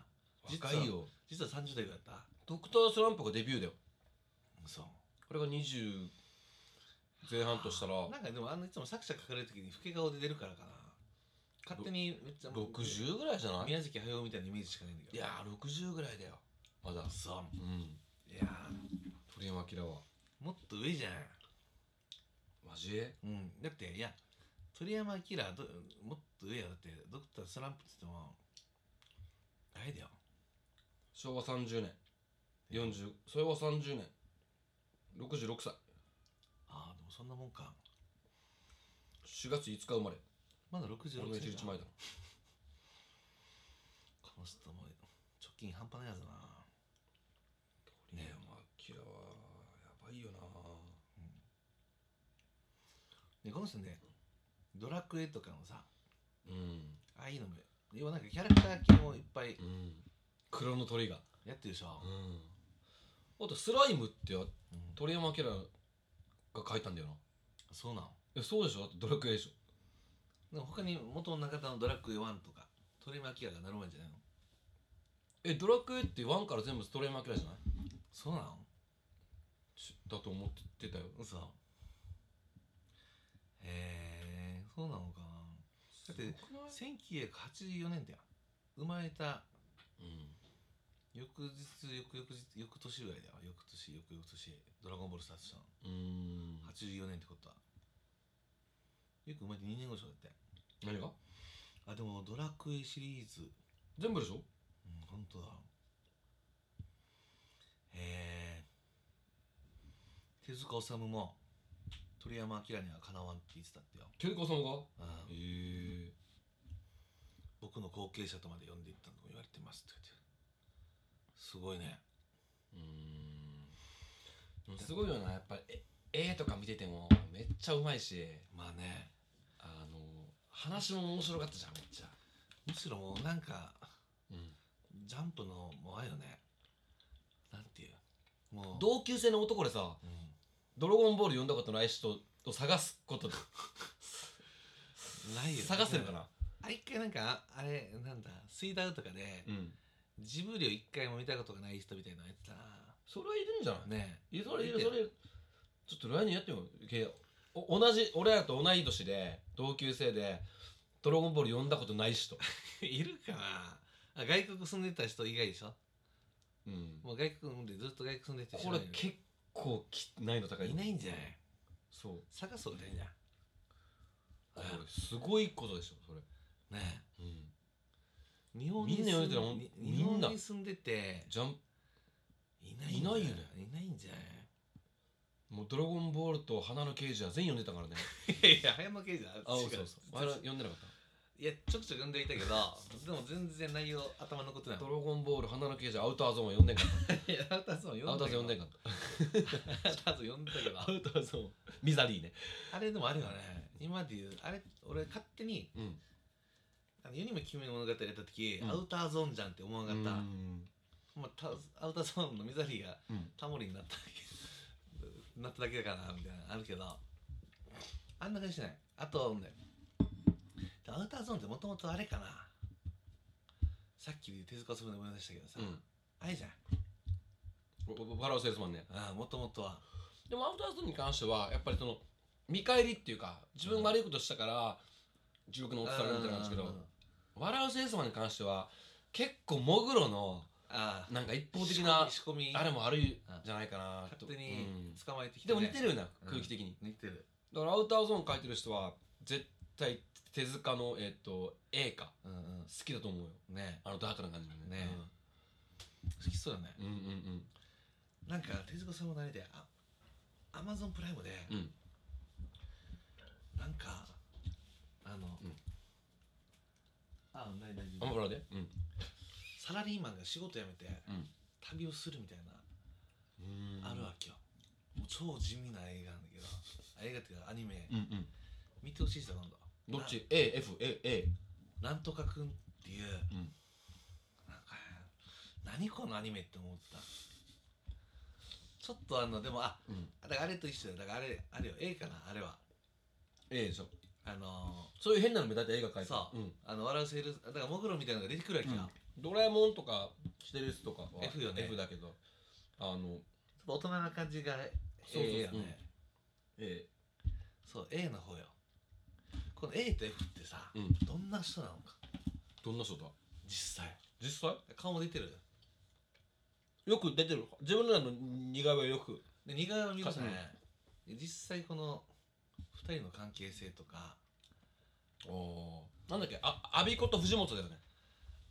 S7: 生きて
S6: ー
S7: ないかな
S6: 若いよ
S7: 実は30代ぐらいだっ
S6: ドクタースランプがデビューだよ
S7: たそう
S6: これが20前半としたら
S7: なんかでもあのいつも作者書かれる時に老け顔で出るからかな勝手にめっちゃ
S6: 60ぐらいじゃない
S7: 宮崎駿みたいなイメージしかないんだけど
S6: いやー60ぐらいだよまだ
S7: そう
S6: うん
S7: いや
S6: 鳥山明は
S7: ーもっと上じゃん
S6: マジ
S7: うんだっていや鳥山明どもっと上やだってドクタースランプって言ってもあれだよ
S6: 昭和30年40昭和30年66歳
S7: ああでもそんなもんか
S6: 4月5日生まれ
S7: まだ
S6: 俺
S7: 66
S6: の1
S7: 歳
S6: 日前だ
S7: この人も貯金半端ないやつだな
S6: な
S7: ね
S6: ねえまあキラはやばいよな
S7: でこの人ねドラクエとかのさ
S6: うん
S7: ああいうのも要はなんかキャラクター系もいっぱい
S6: うん黒の鳥が
S7: やってるでしょ
S6: う、んあとスライムってや
S7: うん
S6: 鳥山明が書いたんだよない
S7: そうなの
S6: やそうでしょだってドラクエでしょ
S7: でも他に元の中田のドラクエ1とか鳥山明がなる前じゃないの
S6: えドラクエって1から全部鳥山明じゃない
S7: そうなの
S6: しだと思ってたよ
S7: 嘘へえそうなのかなだって1984年だよ生まれた
S6: うん
S7: 翌日翌々日翌年ぐらいだよ翌年翌々年ドラゴンボールスタートしたの
S6: うーん
S7: 84年ってことはよく生まれて2年後でしょだって
S6: 何が
S7: あでもドラクエシリーズ
S6: 全部でしょ
S7: うん本当だへえ手塚治虫も鳥山明にはかなわんって言ってたってよ、
S6: 手塚さんが
S7: うん
S6: へえ
S7: 僕の後継者とまで呼んでいったと言われてますって言ってすごいね
S6: うーんでもすごいよなやっぱえ絵とか見ててもめっちゃうまいし
S7: まあね
S6: あの話も面白かったじゃんめっちゃ
S7: むしろもうなんか
S6: うん
S7: ジャンプのもうあれよねなんていうもう
S6: 同級生の男でさ
S7: うん、
S6: 「ドラゴンボール」読んだことない人を探す *laughs* こと
S7: ないよね
S6: 探せるかな
S7: あ一回なんかあれなんだ水ダウとかで、
S6: うん
S7: ジブリを一回も見たことがない人みたいなのやってたな
S6: それはいるんじゃない
S7: ね
S6: いやそれいる
S7: 見て
S6: それちょっと来年やってみようけお同じ俺らと同い年で同級生で「ドラゴンボール」読んだことない人
S7: いるかなあ外国住んでた人以外でしょ
S6: うん
S7: もう外国でずっと外国住んでて
S6: これ結構き難易度高い
S7: いないんじゃない
S6: そう
S7: 探そうみたいな
S6: これすごいことでしょそれ
S7: ね
S6: うん
S7: え日本に
S6: みんな
S7: 住
S6: 読ん
S7: ん
S6: でたらほん
S7: に
S6: みん
S7: 日
S6: な
S7: 本に住んでて
S6: ジャン
S7: いないんじゃ
S6: いないよね
S7: いないんじゃない
S6: もう「ドラゴンボール」と「花の刑事」は全員読んでたからね
S7: いやいや早間刑事だ
S6: *laughs* あ
S7: 違
S6: そうそうそう
S7: あ
S6: 俺
S7: れ
S6: は読んでなかった
S7: いやちょくちょく読んでいたけどでも全然内容頭残ってない
S6: ドラゴンボール、花の刑事、アウターゾーンは読んでんかっ
S7: いやアウターゾーン
S6: た。アウターゾーン読ん
S7: 読ん
S6: でん
S7: だけ
S6: か
S7: ど
S6: っ
S7: アウターゾーン読んだけど
S6: た。ウタ *laughs* ーゾーン。ミザリーね。
S7: あれでもあれよね今で言うあれ俺勝手に
S6: うん。
S7: あの世にも奇妙な物語やった時、
S6: うん
S7: アウターゾーンじゃんって思わなかった、
S6: うん
S7: まあ、たアウターゾーンのミザリーが
S6: うん
S7: タモリになっただけなっただけだからなみたいなのあるけどあんな感じしないあとはねでアウターゾーンってもともとあれかなさっき手塚治虫で思い出したけどさ、
S6: うん
S7: あれじゃん
S6: わ笑うセールスマンね。
S7: ああもともとは
S6: でもアウターゾーンに関しては、やっぱりその、見返りっていうか、自分が悪いことしたから、地獄の落ちたらみたいなんですけ
S7: あ
S6: ど、笑うセールスマンに関しては、結構モグロの、
S7: あ
S6: なんか一方的な、
S7: 仕込み仕込み
S6: あれもあるんじゃないかなと。
S7: 勝手
S6: う
S7: に
S6: ん
S7: 捕まえてきて、
S6: でも似てるよな、
S7: うん
S6: 空気的に。
S7: 似てる
S6: だからアウターゾーン書いてる人は、絶対手塚の、えっと、A か、
S7: うんうん
S6: 好きだと思うよ。
S7: ね
S6: あのダークな感じのね。
S7: ね好きそうだね、
S6: うんうんうん
S7: なんか手塚さんも慣れてあアマゾンプライムで、
S6: うんうん。
S7: なんかあの、
S6: うん
S7: あない大
S6: ア
S7: 丈
S6: マ
S7: 夫
S6: プラで。うん。
S7: サラリーマンが仕事辞めて、
S6: うん
S7: 旅をするみたいな、ある
S6: わ
S7: わけよもう超地味な映画なんだけど *laughs* あ映画っていうかアニメ、
S6: うんうん。
S7: 見てほしい人なんだ
S6: どっち ?A、F、A、A。
S7: ななんとかくんっていう、
S6: うん
S7: なんか何このアニメって思ったちょっとあのでもあ
S6: うん。
S7: だからあれと一緒だよだからあれあれよ A かなあれは
S6: A でしょ。
S7: あの
S6: そういう変なのも大体映画描いてる
S7: そう
S6: うん。
S7: ー、あの笑うセールスだからモグロみたいなのが出てくるわけよ、
S6: うんドラえもんとか、シテレスとかは
S7: F よね
S6: F だけど、あの、
S7: ちょっと大人な感じが
S6: そうそうそう
S7: A よね
S6: A。
S7: そう A の方よこの A と F ってさ、
S6: うん
S7: どんな人なのか
S6: どんな人だ
S7: 実際
S6: 実際
S7: 顔も出てる
S6: よく出てる。自分らの似顔絵はよく。
S7: で似顔絵を見るとね、実際この2人の関係性とか
S6: おなんだっけあ、アビコと藤本だよね。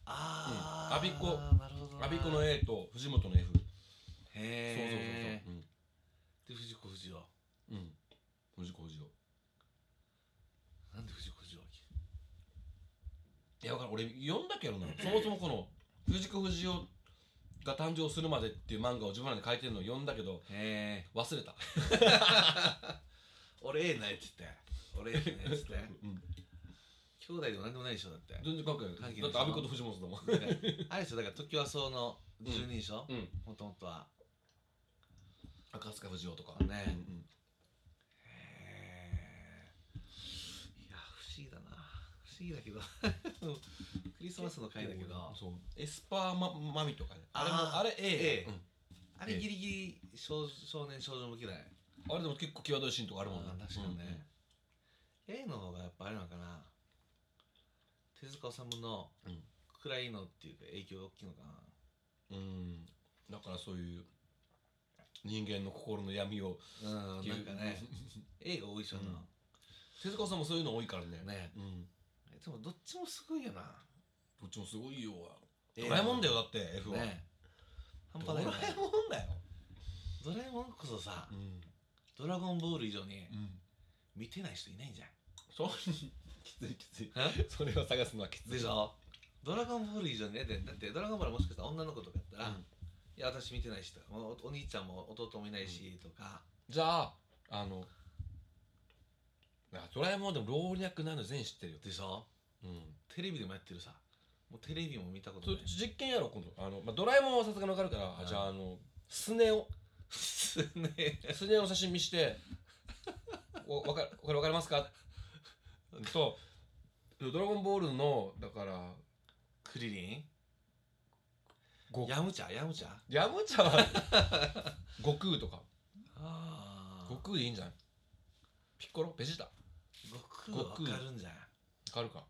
S7: ああ、
S6: アビコ
S7: なるほどな
S6: アビコの A と藤本の F。そうそうそう
S7: へえ
S6: そう。
S7: で藤子不二雄
S6: うん。うん。藤子不二雄。
S7: なんで藤子不二雄
S6: いやだから俺読んだけどなそもそもこの「藤子不二雄が誕生するまで」っていう漫画を自分らで書いてるのを読んだけど
S7: へえ
S6: 忘れた、
S7: 俺 A ないっつって俺 A ないっつって
S6: うん、
S7: 兄弟でも何でもないでしょだって
S6: *laughs* 全然関係な
S7: 関
S6: いだ
S7: 係ない
S6: って阿部子と藤本だもん
S7: だからあれですよだから時はその十人称
S6: うん
S7: もともとは
S6: 赤塚不二雄とか
S7: ね
S6: うんうん
S7: へえいや不思議だな不思議だけど *laughs* クリスマスの回だけど
S6: そうエスパーママミとかねあれ
S7: あー
S6: もあれ A,
S7: A
S6: うん
S7: あれギリギリ少少年少女向けだね
S6: あれでも結構際どいシーンとかあ
S7: あ
S6: るもんね
S7: 確かにね、A の方がやっぱあれなのかな手塚治虫の
S6: うん
S7: 暗いのっていうか影響が大きいのかな
S6: うんだからそういう人間の心の闇を
S7: うん、なんかね映画多いしょな、
S6: 手塚さんもそういうの多いからね
S7: ね
S6: うん
S7: でもどっちもすごいよな
S6: どっちもすごいよ
S7: え
S6: ドラえもんだよだって F は、
S7: ね半
S6: ド
S7: 端
S6: ラ
S7: な
S6: え
S7: い
S6: も
S7: よ
S6: ん
S7: ね
S6: だよ
S7: ドラえもんこそさ、
S6: ん、
S7: ドラゴンボール以上に
S6: うん、
S7: 見てない人いないじゃん
S6: そうきついきつい
S7: え
S6: それを探すのはきつい
S7: でしょドラゴンボール以上にねでだってドラゴンボールもしかしたら女の子とかやったら、
S6: うん
S7: いや私見てないしとかおお兄ちゃんも弟もいないしとか、
S6: じゃああのあドラえもんでも老若男女全員知ってるよ、
S7: でしょ
S6: うん、
S7: テレビでもやってるさもうテレビも見たこと
S6: そ
S7: な
S6: れ
S7: い
S6: 実験やろ今度あの、まあ、ドラえもんはさすがに分かるから、あ
S7: うん
S6: じゃああのスネ夫
S7: す *laughs* ね
S6: スネ夫の写真見して「おわかるこれ分かります
S7: *laughs*
S6: か?」と「ドラゴンボール」のだから
S7: クリリン
S6: ご
S7: ヤムチャヤムチャ
S6: ヤムチャは悟空とか
S7: あ
S6: 悟空でいいんじゃないピッコロベジータ
S7: 悟
S6: 悟
S7: 空
S6: 空
S7: わかるんじゃん
S6: 分かるか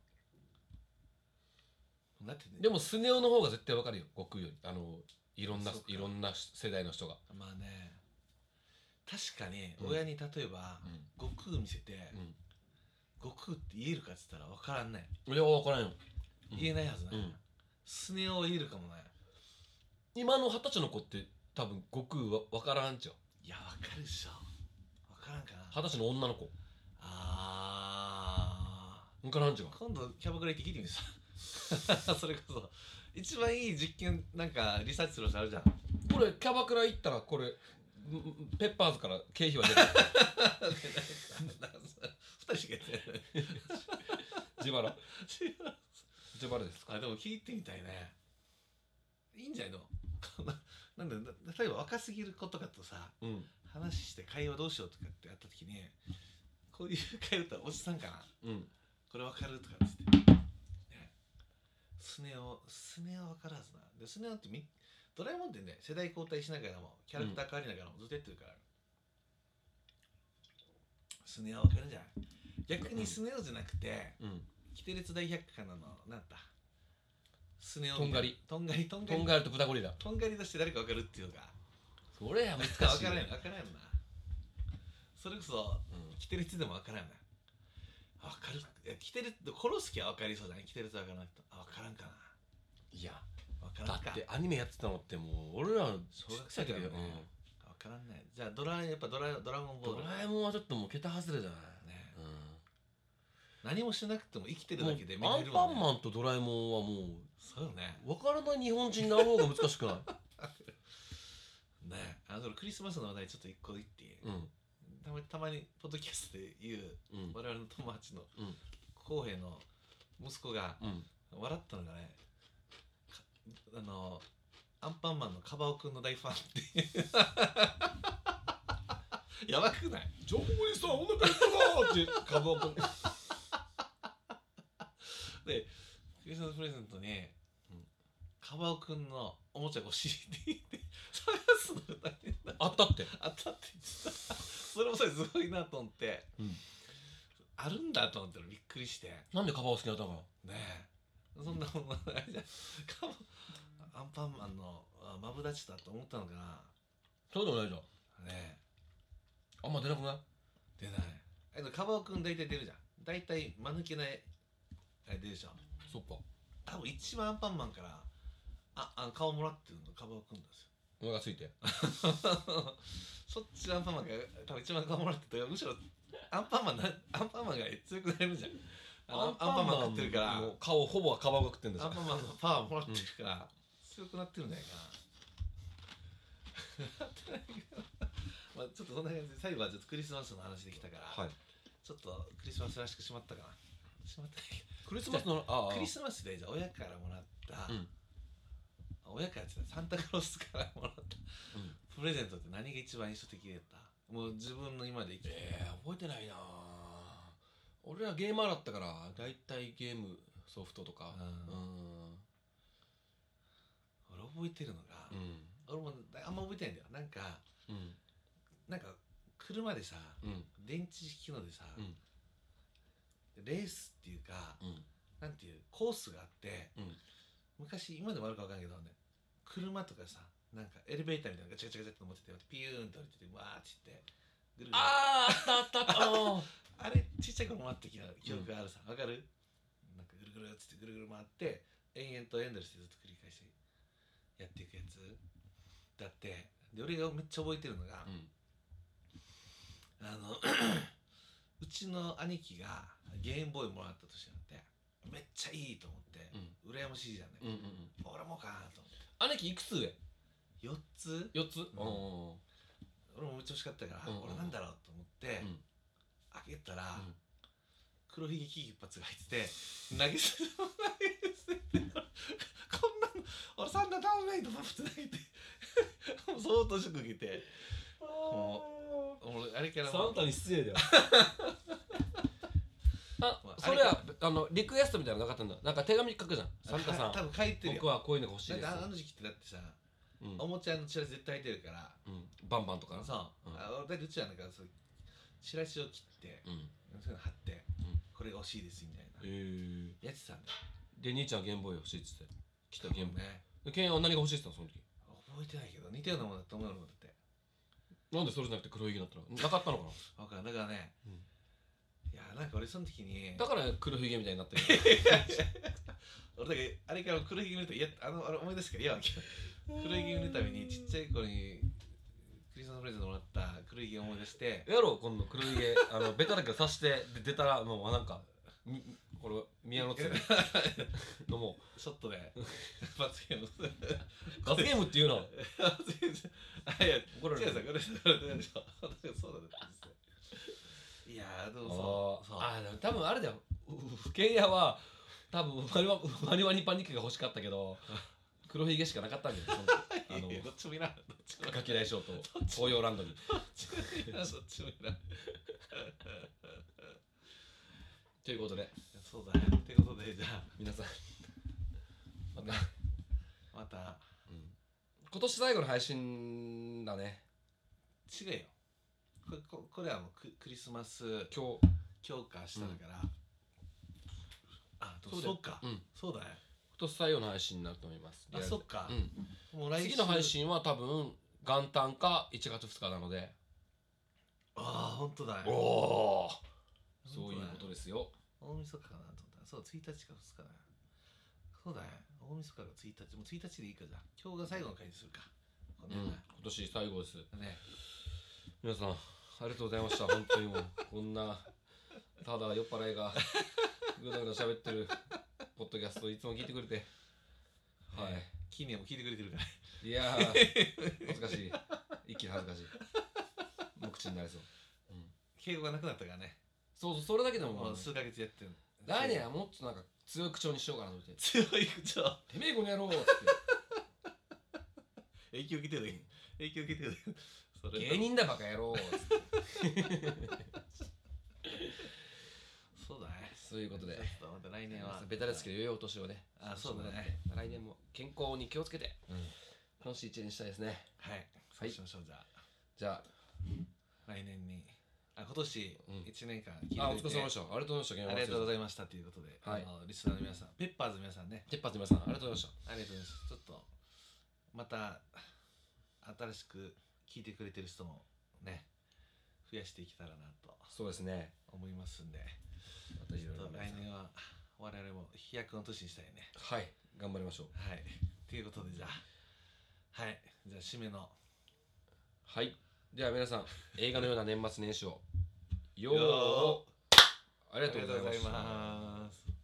S7: だってね
S6: でもスネ夫の方が絶対分かるよ悟空よりあのいろんな
S7: そうか
S6: いろんな世代の人が、
S7: まあね確かに
S6: うん
S7: 親に例えば、
S6: うん
S7: 悟空見せて、
S6: うん
S7: 悟空って言えるかっつったら分からんない、
S6: いや分からんようん
S7: 言えないはずない、
S6: うん
S7: スネ夫は言えるかもない
S6: 今の二十歳の子って多分悟空は分からんちゃう
S7: いや分かるでしょ分からんかな
S6: 二十歳の女の子
S7: あ
S6: 分からんちゃう
S7: ー今度キャバクラ行って聞いてみてさ *laughs* それこそ一番いい実験なんかリサーチするのあるじゃん
S6: これキャバクラ行ったらこれんんペッパーズから経費は出る
S7: 2人しかやってない
S6: 自腹自腹です
S7: あでも聞いてみたいねいいんじゃないの *laughs* こんななんだな例えば若すぎる子とかとさ
S6: うん
S7: 話して会話どうしようとかってやった時にこういう会話だったらおじさんかな
S6: うん
S7: これわかるとかっつって、ね、スネ夫スネ夫わからずなでスネ夫ってみドラえもんってね世代交代しながらもキャラクター変わりながらもずっとやってるから、スネ夫わかるんじゃない逆にスネ夫じゃなくて、
S6: うん
S7: キテレツ大百科のなんだスネ夫
S6: とんがり
S7: とんがりとんが
S6: ト
S7: り
S6: ンガールとブタゴリラ
S7: とんがり出して誰かわかるっていうのが
S6: それや難し
S7: 分
S6: い
S7: からんよ分からんよなそれこそ
S6: うん
S7: キテレツでも分からんよな分かるいやキテレツ殺す気は分かりそうじゃないキテレツは分からんとあ分からんか
S6: いや
S7: な分か
S6: だ
S7: ら
S6: っ
S7: んか
S6: てアニメやってたのってもう俺らの
S7: 小学生だよね
S6: 小学生うん
S7: 分からんねじゃあドラやっぱドラドラゴンボー
S6: ド
S7: ル
S6: ラえもんはちょっともう桁外れじゃない
S7: ね
S6: う
S7: 何もしなくても生きて
S6: ん
S7: る
S6: もう
S7: だけで
S6: アンパン
S7: ン
S6: マンとドラえもんはも
S7: そうよね
S6: う分からない日本人になる方が難しくない
S7: ねあのそれクリスマスの話題ちょっと一個言っていい
S6: うん
S7: たまたまにポッドキャストで言う
S6: うん
S7: 我々の友達の
S6: うん
S7: 浩平の息子が
S6: うん
S7: 笑ったのがねかあのアンパンマンのカバオくんの大ファンって
S6: *laughs*
S7: やばくない
S6: 上位さんお腹減ったなーってカバオ君
S7: でクリスマスプレゼントに、
S6: うん
S7: カバオくんのおもちゃが欲しいって言って *laughs* 探すのが大変だ
S6: あったって
S7: あったって言ってたそれもそれすごいなと思って、
S6: うん
S7: あるんだと思ってびっくりして
S6: なんでカバオ好きになったのか
S7: ねえそんなもんないじゃんかもアンパンマンのあマブダチだと思ったのか
S6: そうでもないじゃん
S7: なね
S6: あんま出なくない
S7: え出ないあのカバオくん大体出るじゃん大体間抜けないあれ出るでしょ
S6: そっか
S7: 多分一番アンパンマンからああ顔もらってるのカバオくんなんですよ
S6: お腹空いて
S7: *laughs* そっちアンパンマンが多分一番顔もらってるむしろアンパンマンなアンパンマンが強くなれるじゃんあのアンパンマン食ってるから
S6: もう顔ほぼカバオが食ってんだじ
S7: ア
S6: ゃ
S7: ン
S6: ん
S7: パンマンのパワーもらってるから、強くなってるんじゃない *laughs* かな。まあちょっとそんな感じで最後はちょっとクリスマスの話できたから、
S6: はい
S7: ちょっとクリスマスらしくしまったかな。しまったね
S6: クリスマスのああ
S7: クリスマスでじゃあ親からもらった、
S6: うん
S7: 親からって言ったらサンタクロースからもらった
S6: うん
S7: プレゼントって何が一番印象的だったもう自分の今で生きて
S6: えー、覚えてないなぁ俺らゲーマーだったから大体ゲームソフトとか
S7: うん俺覚えてるのが、
S6: うん
S7: 俺もあんま覚えてないんだよ。なんか、
S6: うん
S7: なんか車でさ、
S6: うん
S7: 電池機能でさ、
S6: うん
S7: レースっていうか
S6: うん
S7: なんていうコースがあって、
S6: うん
S7: 昔今でもあるか分かんないけどね車とかさなんかエレベーターみたいなのがチャチャチャって持っててピューンと降りててわーって言ってぐるぐる
S6: あーあったあったあの
S7: あれちっちゃい頃回ってきた記憶があるさわ、かるなんかぐるぐるっつってぐるぐる回って延々とエンドレスでずっと繰り返してやっていくやつだってで俺がめっちゃ覚えてるのが、
S6: うん
S7: あの *clears throat* うちの兄貴がゲームボーイもらった年なんてめっちゃいいと思って、羨ましいじゃない、
S6: うんうんうん
S7: 俺もかーと思っ
S6: う
S7: て
S6: ん姉貴いくつ上
S7: 4つ
S6: 四つうん
S7: ん俺もめっちゃ欲しかったから、
S6: うんうん
S7: 俺なんだろうと思って、
S6: うん
S7: 開けたら、
S6: うん
S7: 黒ひげ危機一発が入ってて投げ捨て投げ捨ててこんなの俺そんなダウンライトパップ投げてもう相当ショック受けても俺あれから
S6: サンタ
S7: に
S6: に失礼だよ *laughs* あ
S7: まあ
S6: それはあのリクエストみたいなのなかったんだなんか手紙書くじゃんサンタさ
S7: 多
S6: ん
S7: 分書いてるよ
S6: 僕はこういうのが欲しい
S7: だっ
S6: で
S7: て
S6: す
S7: あの時期ってだってさ、
S6: うん
S7: おもちゃのチラシ絶対入ってるから
S6: うんバンバンとかな
S7: そう、
S6: うん
S7: あだってうちはなんかそうチラシを切って
S6: うん
S7: そういうの貼って、
S6: ん
S7: これが欲しいですみたいな、
S6: え
S7: やってたんだ
S6: で兄ちゃんゲームボーイ欲しいっつって来たゲームボーイ
S7: ね
S6: でケンは何が欲しいっつったのその時
S7: 覚えてないけど似たようなものだと思うのだって
S6: なんでそれじゃなくて黒い毛になったのなかったのかな
S7: 分かんないだからね、
S6: うん
S7: いやなんか俺その時に
S6: だから黒ひげみたいになってる
S7: 俺だけあれから黒ひげ見るといやあのあれ思い出すから嫌わけ黒ひげ見るためにちっちゃい頃にクリスマスプレゼントもらった黒ひげを思い出して
S6: やろう今度黒ひ
S7: *laughs*
S6: げあのベタだけど刺してで出たらもうなんかみこれ宮野つ
S7: *laughs*
S6: のも
S7: ショットで *laughs* 罰 *laughs* ゲーム
S6: うガスゲームっていうな
S7: あいや
S6: 怒られ
S7: 違うさ
S6: る
S7: これそれでしょそうだねいやーで
S6: あー
S7: もそうそう
S6: あーでも多分あれだよケンヤは多分ワニ *laughs* ワワニワニパニックが欲しかったけ *laughs* ど黒ひげしかなかったんだよその *laughs*
S7: い
S6: あ
S7: *laughs* やいやど
S6: の
S7: っちもいらんどっちもいらん
S6: ガキ大将と東洋ランドに
S7: どっちもいらん
S6: ということで
S7: そうだねってことでじゃ
S6: 皆さん *laughs* また、
S7: あまた
S6: うん今年最後の配信だね
S7: 違うよこここれはもうククリスマス
S6: 今日
S7: 強化したから、あ
S6: そ
S7: そうう
S6: だよ
S7: そっか、
S6: うん
S7: そうだね
S6: 今年最後の配信になると思います
S7: あそっか
S6: う、ん
S7: もう来週
S6: 次の配信は多分元旦か1月2日なので
S7: ああ本当だね
S6: おそ
S7: そうう
S6: い
S7: いうう
S6: こ
S7: ことと
S6: ですよ
S7: 大晦日かなと思ったらそう1日か2日だそうだね大晦日か1日もう1日でいいかじゃん今日が最後の回にするかこんな
S6: うん
S7: ん
S6: 今
S7: だ
S6: 年最後です
S7: ね
S6: 皆さんありがとうございました本当にもうこんなただ酔っ払いがぐだぐだ喋ってるポッドキャストいつも聞いてくれては
S7: 近年も聞いてくれてるから *laughs*
S6: いいやー恥ずかしい一気に恥ずかしい無口になりそう
S7: 敬語がなくなったからね
S6: そうそうそれだけでもも
S7: も
S6: う
S7: う数ヶ月やってる
S6: 来年はもっとなんか強い口調にしようかなと思って「
S7: 強い口調
S6: てめえこの野郎!」っつって
S7: 影響受けてる影響受けてるそれ
S6: 芸人だバカ野郎っつって
S7: そうだね
S6: そういうことで
S7: ちょっとまた来年は
S6: ベタですけど良いお年をね
S7: あそうだね
S6: 来年も健康に気をつけて、楽しい一年にしたいですね
S7: はいそうしましょうじゃあ
S6: じゃ
S7: 来年にあ今年
S6: うん
S7: 1年間聞いてくれて
S6: ああお疲れ様でしたありがとうございました
S7: ありがとうござ
S6: い
S7: いましたということで、
S6: はい
S7: あのリスナーの皆さんペッパーズの皆さんね
S6: ます鉄発皆さんありがとうございまし
S7: ありがとうございますちょっとまた新しく聞いてくれてる人もね増やしていけたらなと
S6: たそうですね
S7: 思いますんで
S6: またい
S7: ち
S6: ろ
S7: ょ
S6: い
S7: っ
S6: ろ
S7: と来年は我々も飛躍の年にしたいね
S6: はい頑張りましょう
S7: はいということでじゃあはいじゃあ締めの
S6: はいでは皆さん *laughs* 映画のような年末年始をよー
S7: よ
S6: あり
S7: あ
S6: がとうございました
S7: ます